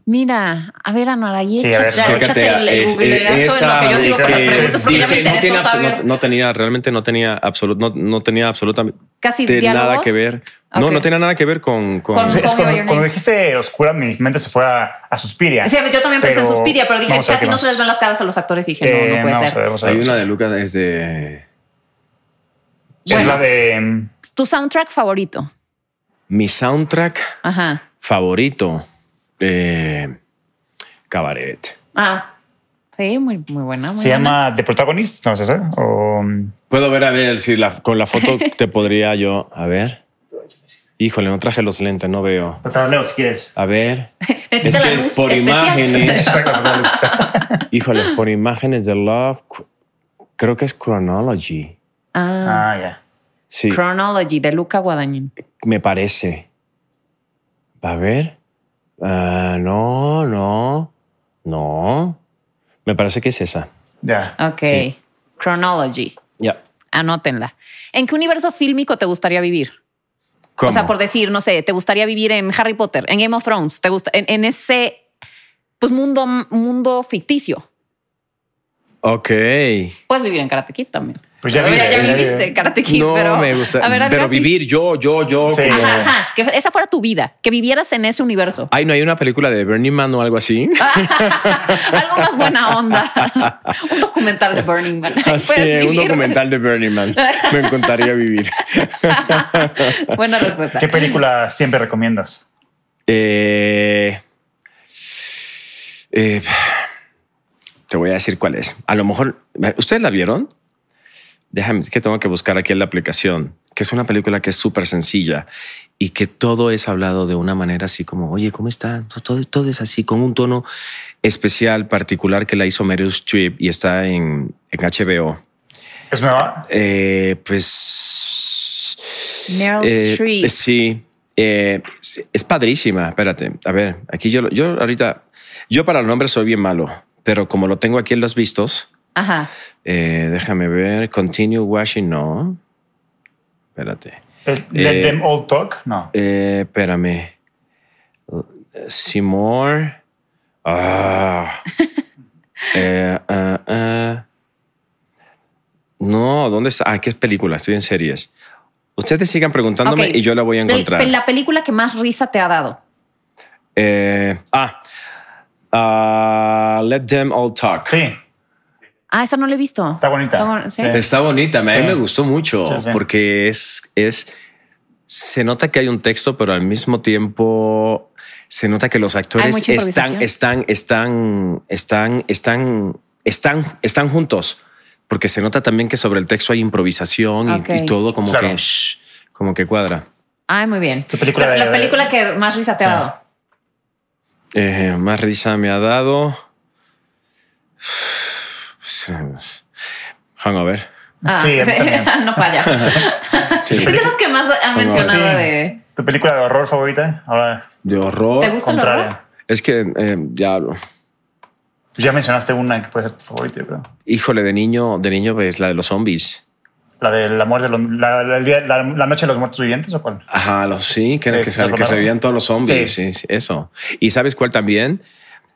Speaker 2: Mira, a ver, Anuara, y
Speaker 1: Sí, a
Speaker 2: échate-
Speaker 1: ver, eh,
Speaker 2: échate
Speaker 3: Fíjate,
Speaker 2: el
Speaker 3: es- eh,
Speaker 2: googleazo en lo que yo sigo con las
Speaker 3: que
Speaker 2: preguntas, porque
Speaker 3: dije,
Speaker 2: ya me
Speaker 3: no,
Speaker 2: interesó
Speaker 3: tiene abso-
Speaker 2: saber.
Speaker 3: no- no tenía, realmente no tenía absolut, no, no tenía absolutamente
Speaker 2: Casi
Speaker 3: nada
Speaker 2: diálogos.
Speaker 3: que ver. No,
Speaker 2: Ok.
Speaker 3: no tenía nada que ver con, con-
Speaker 2: Con-
Speaker 1: Sí, es
Speaker 2: Call Me by
Speaker 1: cuando,
Speaker 2: Your
Speaker 1: cuando
Speaker 2: Name.
Speaker 1: dijiste oscura, mi mente se fue a, a Suspiria.
Speaker 2: Sí, yo también pensé en
Speaker 1: Pero-
Speaker 2: Suspiria, pero dije,
Speaker 1: vamos a ver
Speaker 2: casi
Speaker 1: qué
Speaker 2: no
Speaker 1: más.
Speaker 2: se les ven las caras a los actores y dije,
Speaker 1: Eh,
Speaker 2: no, no puede
Speaker 1: vamos a
Speaker 2: ser.
Speaker 1: ver, vamos a ver,
Speaker 3: Hay
Speaker 1: vamos
Speaker 3: una
Speaker 1: a
Speaker 3: de Lucas, es de
Speaker 1: ver. Es
Speaker 2: Bueno.
Speaker 1: la de. mm,
Speaker 2: Tu soundtrack favorito.
Speaker 3: mi soundtrack
Speaker 2: Ajá.
Speaker 3: favorito. eh, cabaret.
Speaker 2: Ah. Sí, muy, muy buena. muy
Speaker 1: Se
Speaker 2: buena.
Speaker 1: llama The Protagonist, no sé, ¿sí? o um,
Speaker 3: Puedo ver, a ver, si la- con la foto te podría yo. A ver. Híjole, no traje los lentes, no veo.
Speaker 1: Protagoneo, si quieres.
Speaker 3: A ver.
Speaker 2: Necesita
Speaker 3: Es
Speaker 2: la
Speaker 3: que
Speaker 2: luz
Speaker 3: por
Speaker 2: especial.
Speaker 3: imágenes.
Speaker 1: Exacto, Protagoneo, o
Speaker 2: Ah.
Speaker 1: sea,
Speaker 3: Híjole, por imágenes de Love, cu- creo que es Chronology.
Speaker 2: Ah,
Speaker 1: Ah, ya.
Speaker 3: Sí,
Speaker 2: Chronology de Luca Guadagnino.
Speaker 3: me parece. A ver. Ah, no, no, no. Me parece que es esa.
Speaker 1: Ya.
Speaker 2: Ok.
Speaker 3: Sí.
Speaker 2: Chronology.
Speaker 3: Ya.
Speaker 2: Anótenla. ¿En qué universo fílmico te gustaría vivir?
Speaker 3: ¿Cómo?
Speaker 2: O sea, por decir, no sé, ¿te gustaría vivir en Harry Potter, en Game of Thrones? ¿Te gusta en, en ese pues mundo, mundo ficticio.
Speaker 3: Ok.
Speaker 2: Puedes vivir en Karate Kid también.
Speaker 1: Pues ya
Speaker 2: Pero
Speaker 1: vive, ya vive.
Speaker 2: viviste en Karate Kid,
Speaker 3: no
Speaker 2: pero
Speaker 3: me gusta.
Speaker 2: A ver, a ver,
Speaker 3: pero
Speaker 2: así.
Speaker 3: vivir yo, yo, yo.
Speaker 1: Sí.
Speaker 3: como-
Speaker 2: Ajá, ajá, que esa fuera tu vida, que vivieras en ese universo.
Speaker 3: Ay, no hay una película de Bernie Man o algo así.
Speaker 2: Algo más buena onda. un documental de Burning Man.
Speaker 3: Así,
Speaker 2: Puedes
Speaker 3: un
Speaker 2: pues vivir.
Speaker 3: documental de Bernie Man. Me encantaría vivir.
Speaker 2: Buena respuesta.
Speaker 1: ¿Qué película siempre recomiendas?
Speaker 3: Eh, eh, te voy a decir cuál es. A lo mejor, ¿ustedes la vieron? Déjame, que tengo que buscar aquí en la aplicación, que es una película que es súper sencilla y que todo es hablado de una manera así como, oye, ¿cómo está? Todo, todo es así, con un tono especial, particular que la hizo Meryl Streep y está en, en HBO.
Speaker 1: ¿Es nueva?
Speaker 3: Eh, pues.
Speaker 2: Meryl
Speaker 3: eh,
Speaker 2: Streep.
Speaker 3: Sí. eh, es padrísima. Espérate. A ver, aquí yo, lo- yo ahorita. Yo para los nombres soy bien malo, pero como lo tengo aquí en los vistos,
Speaker 2: Ajá.
Speaker 3: eh, déjame ver. Continue watching. No. Espérate.
Speaker 1: El- Let
Speaker 3: Eh,
Speaker 1: Them All Talk? No.
Speaker 3: Eh, espérame. Seymour. Ah. Eh, ah, ah. No, ¿dónde está? Ah, ¿qué es película? Estoy en series. Ustedes sigan preguntándome
Speaker 2: Ok.
Speaker 3: y yo la voy a
Speaker 2: Pe-
Speaker 3: encontrar.
Speaker 2: pe- La película que más risa te ha dado.
Speaker 3: Eh, ah. Ah, Let Them All Talk.
Speaker 1: Sí.
Speaker 2: Ah, esa no la he visto.
Speaker 1: Está bonita.
Speaker 2: bueno, ¿sí?
Speaker 1: Sí.
Speaker 3: Está bonita, a mí
Speaker 1: Sí.
Speaker 3: me gustó mucho
Speaker 1: Sí, sí.
Speaker 3: porque es, es, se nota que hay un texto, pero al mismo tiempo se nota que los actores
Speaker 2: mucha
Speaker 3: están,
Speaker 2: improvisación.
Speaker 3: están, están, están, están, están, están juntos, porque se nota también que sobre el texto hay improvisación y-
Speaker 2: Ok.
Speaker 3: y, todo como
Speaker 1: Claro.
Speaker 3: que, shh, como que cuadra.
Speaker 2: Ay, muy bien.
Speaker 1: ¿Qué película
Speaker 2: Pero
Speaker 1: de-
Speaker 2: la película que más risa te ha
Speaker 1: Sí.
Speaker 2: dado.
Speaker 3: Eh, más risa me ha dado. Hangover.
Speaker 2: Ah,
Speaker 1: Sí, a mí
Speaker 2: sí.
Speaker 1: también.
Speaker 2: no falla.
Speaker 3: Sí.
Speaker 2: Esas son las que más han mencionado
Speaker 1: Sí.
Speaker 2: de.
Speaker 1: ¿Tu película de horror favorita? Ahora,
Speaker 3: De horror.
Speaker 2: ¿Te gusta el horror?
Speaker 1: contraria.
Speaker 3: Es que eh, ya
Speaker 1: Ya mencionaste una que puede ser tu favorita, yo creo.
Speaker 3: Híjole, de niño, de niño, pues la de los zombies.
Speaker 1: La de la muerte, de los- la, la- el día- la- la noche de los muertos vivientes o cuál?
Speaker 3: Ajá, los sí, que, era que,
Speaker 1: Sí,
Speaker 3: se-
Speaker 1: se
Speaker 3: que
Speaker 1: acordaron.
Speaker 3: revivían todos los zombies.
Speaker 1: Sí.
Speaker 3: Sí, sí, eso. ¿Y sabes cuál también?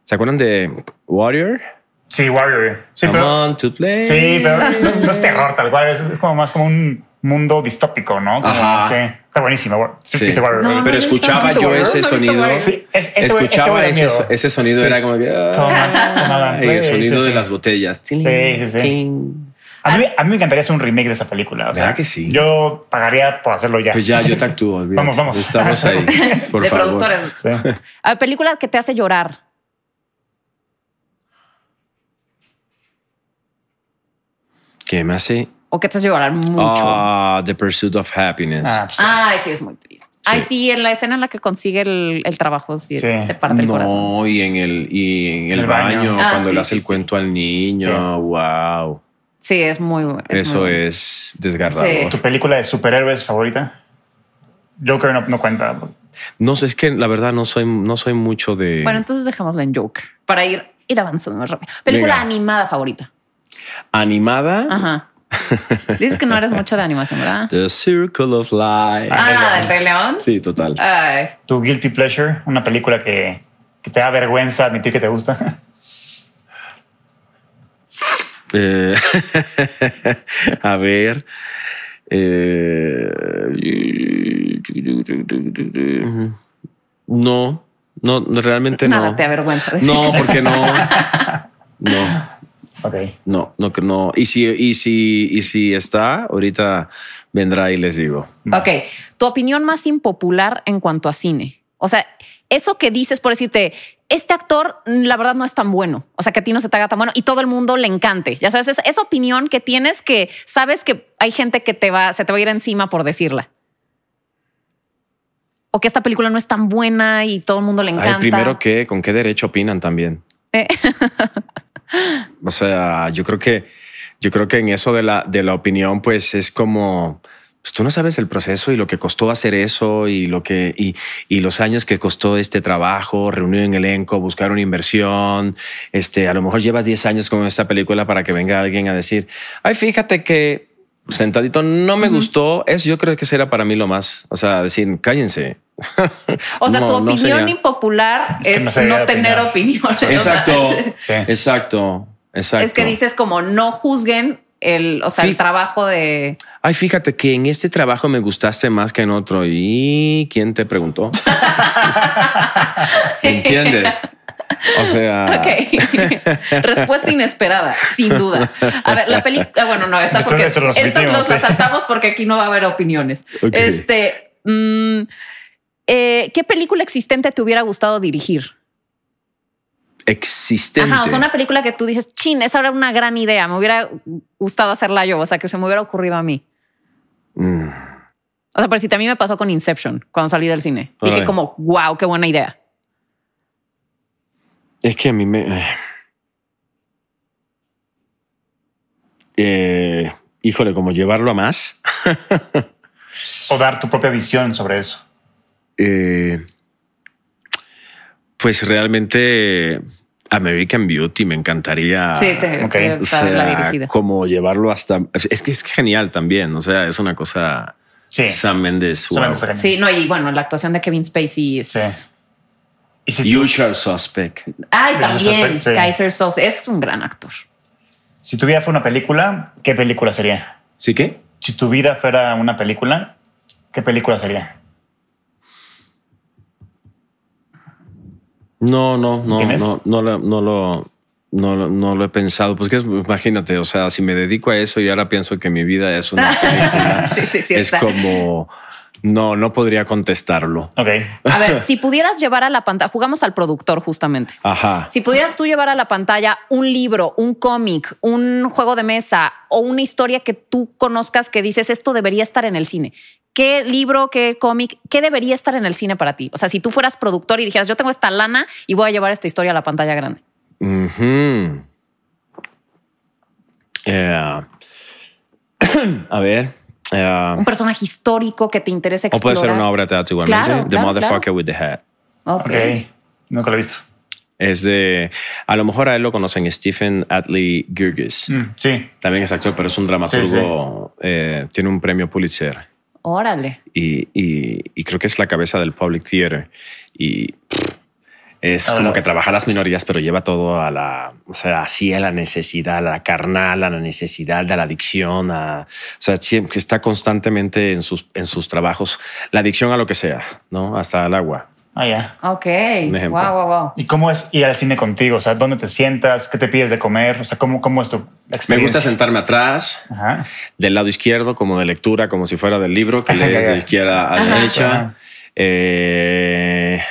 Speaker 3: ¿Se acuerdan de Warrior?
Speaker 1: Sí, Warrior. Sí,
Speaker 3: Come
Speaker 1: pero,
Speaker 3: on to play.
Speaker 1: sí, pero no, no es terror tal cual. Es, es como más como un mundo distópico, ¿no? Como-
Speaker 3: Ajá.
Speaker 1: Sí. Está buenísimo. War- Sí,
Speaker 3: Sí.
Speaker 1: viste Warrior.
Speaker 2: No,
Speaker 1: ¿verdad?
Speaker 2: no
Speaker 3: Pero
Speaker 2: he visto, no he
Speaker 3: escuchaba
Speaker 2: visto
Speaker 3: yo
Speaker 2: Warrior,
Speaker 3: ese
Speaker 2: no he visto
Speaker 3: sonido.
Speaker 2: Warrior.
Speaker 1: Sí, es- ese-
Speaker 3: Escuchaba
Speaker 1: ese
Speaker 3: ese,
Speaker 1: huele a miedo.
Speaker 3: ese sonido,
Speaker 1: Sí.
Speaker 3: era como que. ah.
Speaker 1: Como- como-
Speaker 3: Y el
Speaker 1: sí,
Speaker 3: sonido
Speaker 1: sí,
Speaker 3: de
Speaker 1: sí.
Speaker 3: las botellas. Sí,
Speaker 1: sí, sí. A mí, a mí me encantaría hacer un remake de esa película. O sea,
Speaker 3: ¿Verdad que sí?
Speaker 1: Yo pagaría por hacerlo ya.
Speaker 3: Pues ya, yo te actúo. olvídate.
Speaker 1: Vamos, vamos.
Speaker 3: Estamos ahí. Por
Speaker 2: de
Speaker 3: favor.
Speaker 2: productores.
Speaker 1: Sí.
Speaker 2: A ver, película que te hace llorar.
Speaker 3: ¿Qué me hace?
Speaker 2: O que te hace llorar mucho.
Speaker 3: Ah, The Pursuit of Happiness.
Speaker 1: Ah, pues,
Speaker 2: Ay, sí, es muy triste. Ay, sí, en la escena en la que consigue el, el trabajo, sí,
Speaker 1: Sí.
Speaker 2: te parte el corazón.
Speaker 3: No, y en el, y en el,
Speaker 1: El baño.
Speaker 3: baño,
Speaker 2: Ah,
Speaker 3: cuando
Speaker 2: sí,
Speaker 3: le hace
Speaker 2: sí,
Speaker 3: el
Speaker 2: sí.
Speaker 3: cuento al niño.
Speaker 1: Sí.
Speaker 3: Wow.
Speaker 2: Sí, es muy bueno.
Speaker 3: Eso
Speaker 2: muy bueno.
Speaker 3: es desgarrador.
Speaker 1: ¿Tu película de superhéroes favorita? Joker no, no cuenta.
Speaker 3: No sé, es que la verdad no soy, no soy mucho de.
Speaker 2: Bueno, entonces dejémoslo en Joker para ir, ir avanzando más rápido. Película
Speaker 3: Venga.
Speaker 2: animada favorita.
Speaker 3: Animada.
Speaker 2: Ajá. Dices que no eres mucho de animación, ¿verdad?
Speaker 3: The Circle of Life.
Speaker 1: Ah, Rey
Speaker 2: Ah, del Rey León.
Speaker 3: Sí, total.
Speaker 2: Ay.
Speaker 1: ¿Tu Guilty Pleasure? Una película que, que te da vergüenza admitir que te gusta.
Speaker 3: Eh, a ver. eh, no, no, realmente
Speaker 2: Nada
Speaker 3: Este no.
Speaker 2: te avergüenza. de
Speaker 3: No,
Speaker 2: decir.
Speaker 3: porque no. No.
Speaker 1: ok.
Speaker 3: No, no, que no. Y si, y si, y si está, ahorita vendrá y les digo.
Speaker 2: Ok. Tu opinión más impopular en cuanto a cine. O sea, eso que dices por decirte, este actor mm, la verdad no es tan bueno. O sea, que a ti no se te haga tan bueno y todo el mundo le encante. Ya sabes, es- esa opinión que tienes que sabes que hay gente que te va, se te va a ir encima por decirla. O que esta película no es tan buena y todo el mundo le encanta.
Speaker 3: Ay, primero que, ¿con qué derecho opinan también?
Speaker 2: Eh.
Speaker 3: o sea, yo creo que, yo creo que en eso de la, de la opinión, pues es como, pues tú no sabes el proceso y lo que costó hacer eso y lo que, y, y los años que costó este trabajo, reunir un elenco, buscar una inversión. Este, a lo mejor llevas 10 años con esta película para que venga alguien a decir, ay, fíjate que sentadito no me gustó. Eso yo creo que será para mí lo más, o sea, decir, cállense.
Speaker 2: O sea,
Speaker 3: No,
Speaker 2: tu
Speaker 3: no
Speaker 2: opinión
Speaker 3: sería.
Speaker 2: impopular
Speaker 1: que
Speaker 2: es,
Speaker 1: no
Speaker 2: no,
Speaker 1: sería de
Speaker 2: tener opinión.
Speaker 3: Exacto,
Speaker 1: Sí.
Speaker 3: exacto, exacto.
Speaker 2: es que dices como no juzguen el, o sea,
Speaker 3: Sí.
Speaker 2: el trabajo de
Speaker 3: Ay, fíjate que en este trabajo me gustaste más que en otro. ¿Y quién te preguntó? ¿Entiendes? O sea,
Speaker 2: Ok. Respuesta inesperada, sin duda. A ver, la película. Bueno, no, esta
Speaker 1: Esto-
Speaker 2: porque.
Speaker 1: esto lo
Speaker 2: Estas
Speaker 1: omitimos,
Speaker 2: los
Speaker 1: sí.
Speaker 2: asaltamos porque aquí no va a haber opiniones.
Speaker 3: Ok.
Speaker 2: Este. mm, eh, ¿Qué película existente te hubiera gustado dirigir?
Speaker 3: existente.
Speaker 2: Ajá, o sea, una película que tú dices, chin, esa era una gran idea. Me hubiera gustado hacerla yo, o sea, que se me hubiera ocurrido a mí.
Speaker 3: Mm.
Speaker 2: O sea, pero si a mí me pasó con Inception cuando salí del cine. Dije
Speaker 3: Órale.
Speaker 2: como, wow, qué buena idea.
Speaker 3: Es que a mí me. Eh, híjole, como llevarlo a más.
Speaker 1: O dar tu propia visión sobre eso.
Speaker 3: Eh, pues realmente American Beauty me encantaría.
Speaker 2: sí, te,
Speaker 1: Ah, ok.
Speaker 2: te-
Speaker 1: O
Speaker 3: O
Speaker 2: está la
Speaker 3: sea,
Speaker 2: dirigida.
Speaker 3: como llevarlo hasta. Es que es genial también. O sea, es una cosa.
Speaker 1: Sí.
Speaker 3: Sam Mendes. wow.
Speaker 1: Solamente sacan-
Speaker 2: Sí, no, y bueno, la actuación de Kevin Spacey es.
Speaker 1: Sí. Y si tú-
Speaker 3: Usual Suspect.
Speaker 2: Ay,
Speaker 1: Kaiser
Speaker 2: también
Speaker 1: Soze, sí.
Speaker 2: Kaiser Soze es un gran actor.
Speaker 1: si tu vida fuera una película, ¿qué película sería?
Speaker 3: ¿Sí qué?
Speaker 1: Si tu vida fuera una película, ¿qué película sería?
Speaker 3: No, no, no,
Speaker 1: ¿Tienes?
Speaker 3: no, no, lo- no lo. No, lo- no lo he pensado, pues que es- imagínate, o sea, si me dedico a eso y ahora pienso que mi vida es una película,
Speaker 2: sí, sí, sí.
Speaker 3: es
Speaker 2: está.
Speaker 3: como, no, no podría contestarlo.
Speaker 1: Ok.
Speaker 2: A ver, si pudieras llevar a la pantalla, jugamos al productor justamente.
Speaker 3: Ajá.
Speaker 2: Si pudieras tú llevar a la pantalla un libro, un cómic, un juego de mesa o una historia que tú conozcas que dices esto debería estar en el cine. ¿Qué libro, qué cómic, qué debería estar en el cine para ti? O sea, si tú fueras productor y dijeras yo tengo esta lana y voy a llevar esta historia a la pantalla grande.
Speaker 3: Ujú. Eh, a ver. eh,
Speaker 2: Un personaje histórico que te interese
Speaker 3: o
Speaker 2: explorar.
Speaker 3: puede ser una obra de teatro igualmente.
Speaker 2: Claro,
Speaker 3: the
Speaker 2: claro,
Speaker 3: Motherfucker with the Hat.
Speaker 1: Ok.
Speaker 2: Ok.
Speaker 1: Nunca lo he visto.
Speaker 3: Es de. A lo mejor a él lo conocen, Stephen Atlee Gurgis.
Speaker 1: Mm, sí.
Speaker 3: También es actor, pero es un dramaturgo. eh, tiene un premio Pulitzer
Speaker 2: Órale.
Speaker 3: y, y- y creo que es la cabeza del Public Theater. Y pff, es
Speaker 1: Ah,
Speaker 3: como
Speaker 1: bueno.
Speaker 3: que trabaja las minorías, pero lleva todo a la. O sea, así a la necesidad, a la carnal, a la necesidad de la adicción. A, o sea, siempre está constantemente en sus, en sus trabajos. La adicción a lo que sea, ¿no? Hasta al agua.
Speaker 1: Ah, ya.
Speaker 2: Ok.
Speaker 3: ejemplo.
Speaker 2: Wow, wow, wow.
Speaker 1: ¿Y cómo es ir al cine contigo? O sea, ¿dónde te sientas? ¿Qué te pides de comer? O sea, ¿cómo, cómo es tu
Speaker 3: Me
Speaker 1: experiencia?
Speaker 3: gusta sentarme atrás.
Speaker 1: Ajá.
Speaker 3: del lado izquierdo, como de lectura, como si fuera del libro, que
Speaker 1: Ajá,
Speaker 3: lees
Speaker 1: ya,
Speaker 3: de
Speaker 1: ya.
Speaker 3: izquierda a
Speaker 2: Ajá.
Speaker 3: derecha.
Speaker 1: Ajá.
Speaker 3: Eh,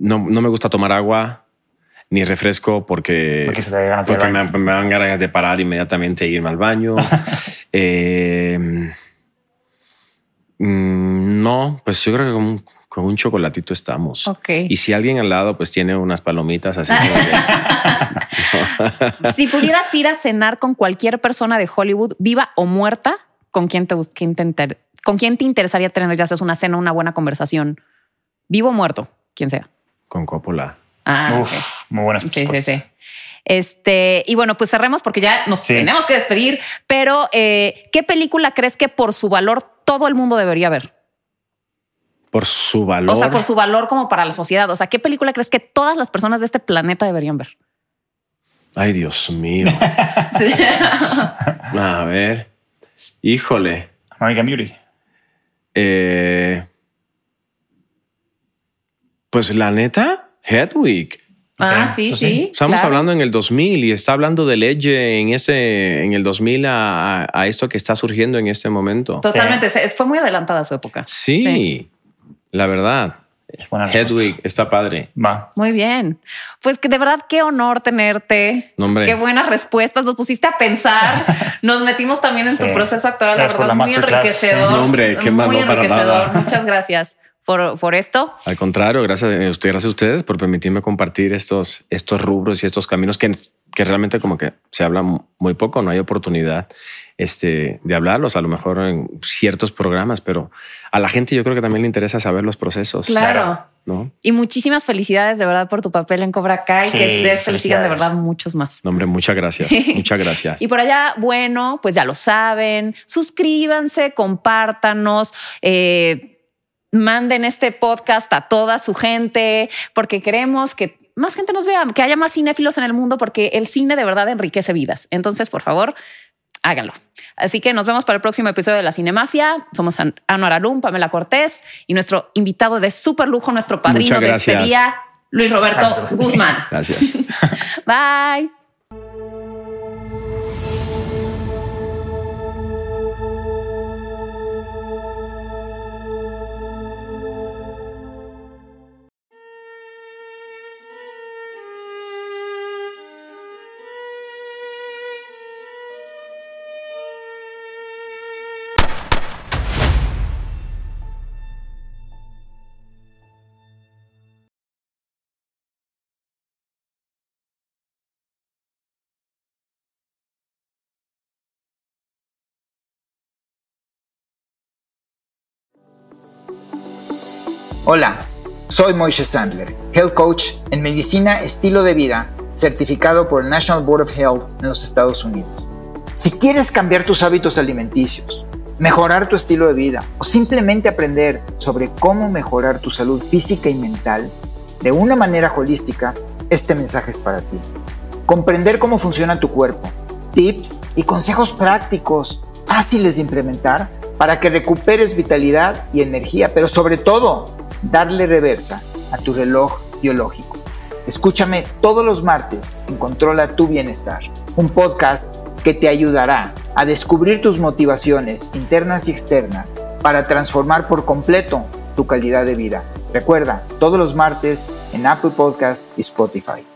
Speaker 3: no, no me gusta tomar agua ni refresco porque,
Speaker 1: Eh, Porque se te ganas de
Speaker 3: porque
Speaker 1: ir al
Speaker 3: me, me dan ganas de parar inmediatamente e irme al baño. Eh, mm, no, pues yo creo que con, un- con un chocolatito estamos.
Speaker 2: Ok.
Speaker 3: Y si alguien al lado pues tiene unas palomitas así. como que-
Speaker 2: Si pudieras ir a cenar con cualquier persona de Hollywood, viva o muerta, ¿con quién te, bus- quién te inter- con quién te interesaría tener ya sea una cena, una buena conversación? Vivo o muerto, quien sea.
Speaker 3: con Coppola.
Speaker 2: Ah,
Speaker 1: Uf,
Speaker 2: ok.
Speaker 1: muy buenas
Speaker 2: sí, sí,
Speaker 1: respuestas.
Speaker 2: sí. Este, y bueno, pues cerremos porque ya nos
Speaker 1: Sí.
Speaker 2: tenemos que despedir. Pero, eh, ¿qué película crees que por su valor todo el mundo debería ver?
Speaker 3: Por su valor.
Speaker 2: O sea, por su valor como para la sociedad. O sea, ¿qué película crees que todas las personas de este planeta deberían ver?
Speaker 3: Ay, Dios mío. A ver. Híjole.
Speaker 1: American Beauty.
Speaker 3: Eh, pues la neta, Hedwig.
Speaker 2: ah,
Speaker 1: Ok,
Speaker 2: sí,
Speaker 1: pues
Speaker 2: sí.
Speaker 1: sí.
Speaker 3: Estamos
Speaker 2: claro.
Speaker 3: hablando en el 2000 y está hablando de Leye en, este, en el 2000 a, a- a esto que está surgiendo en este momento.
Speaker 2: Totalmente. se- Fue muy adelantada su época.
Speaker 3: Sí, la verdad.
Speaker 1: Buena respuesta.
Speaker 3: Hedwig está padre.
Speaker 1: Va.
Speaker 2: Muy bien. Pues que de verdad, qué honor tenerte.
Speaker 3: No, hombre.
Speaker 2: Qué buenas respuestas. Nos pusiste a pensar. Nos metimos también en tu
Speaker 1: Sí.
Speaker 2: proceso actoral.
Speaker 1: Gracias
Speaker 2: la
Speaker 1: por
Speaker 2: verdad,
Speaker 1: la
Speaker 2: muy
Speaker 1: masterclass.
Speaker 2: enriquecedor.
Speaker 3: No, hombre, qué
Speaker 2: muy
Speaker 3: mal, no, para
Speaker 2: enriquecedor.
Speaker 3: nada.
Speaker 2: Muchas gracias por, por esto.
Speaker 3: Al contrario, gracias a, usted, gracias a ustedes por permitirme compartir estos, estos rubros y estos caminos que, que realmente como que se habla mu- muy poco, no hay oportunidad este, de hablarlos, a lo mejor en ciertos programas, pero a la gente yo creo que también le interesa saber los procesos.
Speaker 2: Claro.
Speaker 1: Pues claro.
Speaker 3: ¿no?
Speaker 2: Y muchísimas felicidades de verdad por tu papel en Cobra Kai.
Speaker 1: Sí,
Speaker 2: que ustedes te sigan de
Speaker 1: felicidades.
Speaker 2: verdad muchos más.
Speaker 3: No, hombre, muchas gracias. Muchas gracias.
Speaker 2: Y por allá, bueno, pues ya lo saben, suscríbanse, compártanos, eh, manden este podcast a toda su gente, porque queremos que más gente nos vea, que haya más cinéfilos en el mundo, porque el cine de verdad enriquece vidas. Entonces, por favor, háganlo. Así que nos vemos para el próximo episodio de La Cinemafia. Somos An- Anuar Alum, Pamela Cortés y nuestro invitado de super lujo, nuestro padrino
Speaker 3: Muchas
Speaker 2: de
Speaker 3: gracias.
Speaker 2: este día, Luis Roberto
Speaker 1: Gracias.
Speaker 2: Guzmán.
Speaker 3: Gracias.
Speaker 2: Bye.
Speaker 4: Hola, soy Moishe Sandler, Health Coach en Medicina Estilo de Vida, certificado por el National Board of Health en los Estados Unidos. Si quieres cambiar tus hábitos alimenticios, mejorar tu estilo de vida o simplemente aprender sobre cómo mejorar tu salud física y mental de una manera holística, este mensaje es para ti. Comprender cómo funciona tu cuerpo, tips y consejos prácticos fáciles de implementar para que recuperes vitalidad y energía, pero sobre todo darle reversa a tu reloj biológico. Escúchame todos los martes en Controla tu Bienestar, un podcast que te ayudará a descubrir tus motivaciones internas y externas para transformar por completo tu calidad de vida. Recuerda, todos los martes en Apple Podcast y Spotify.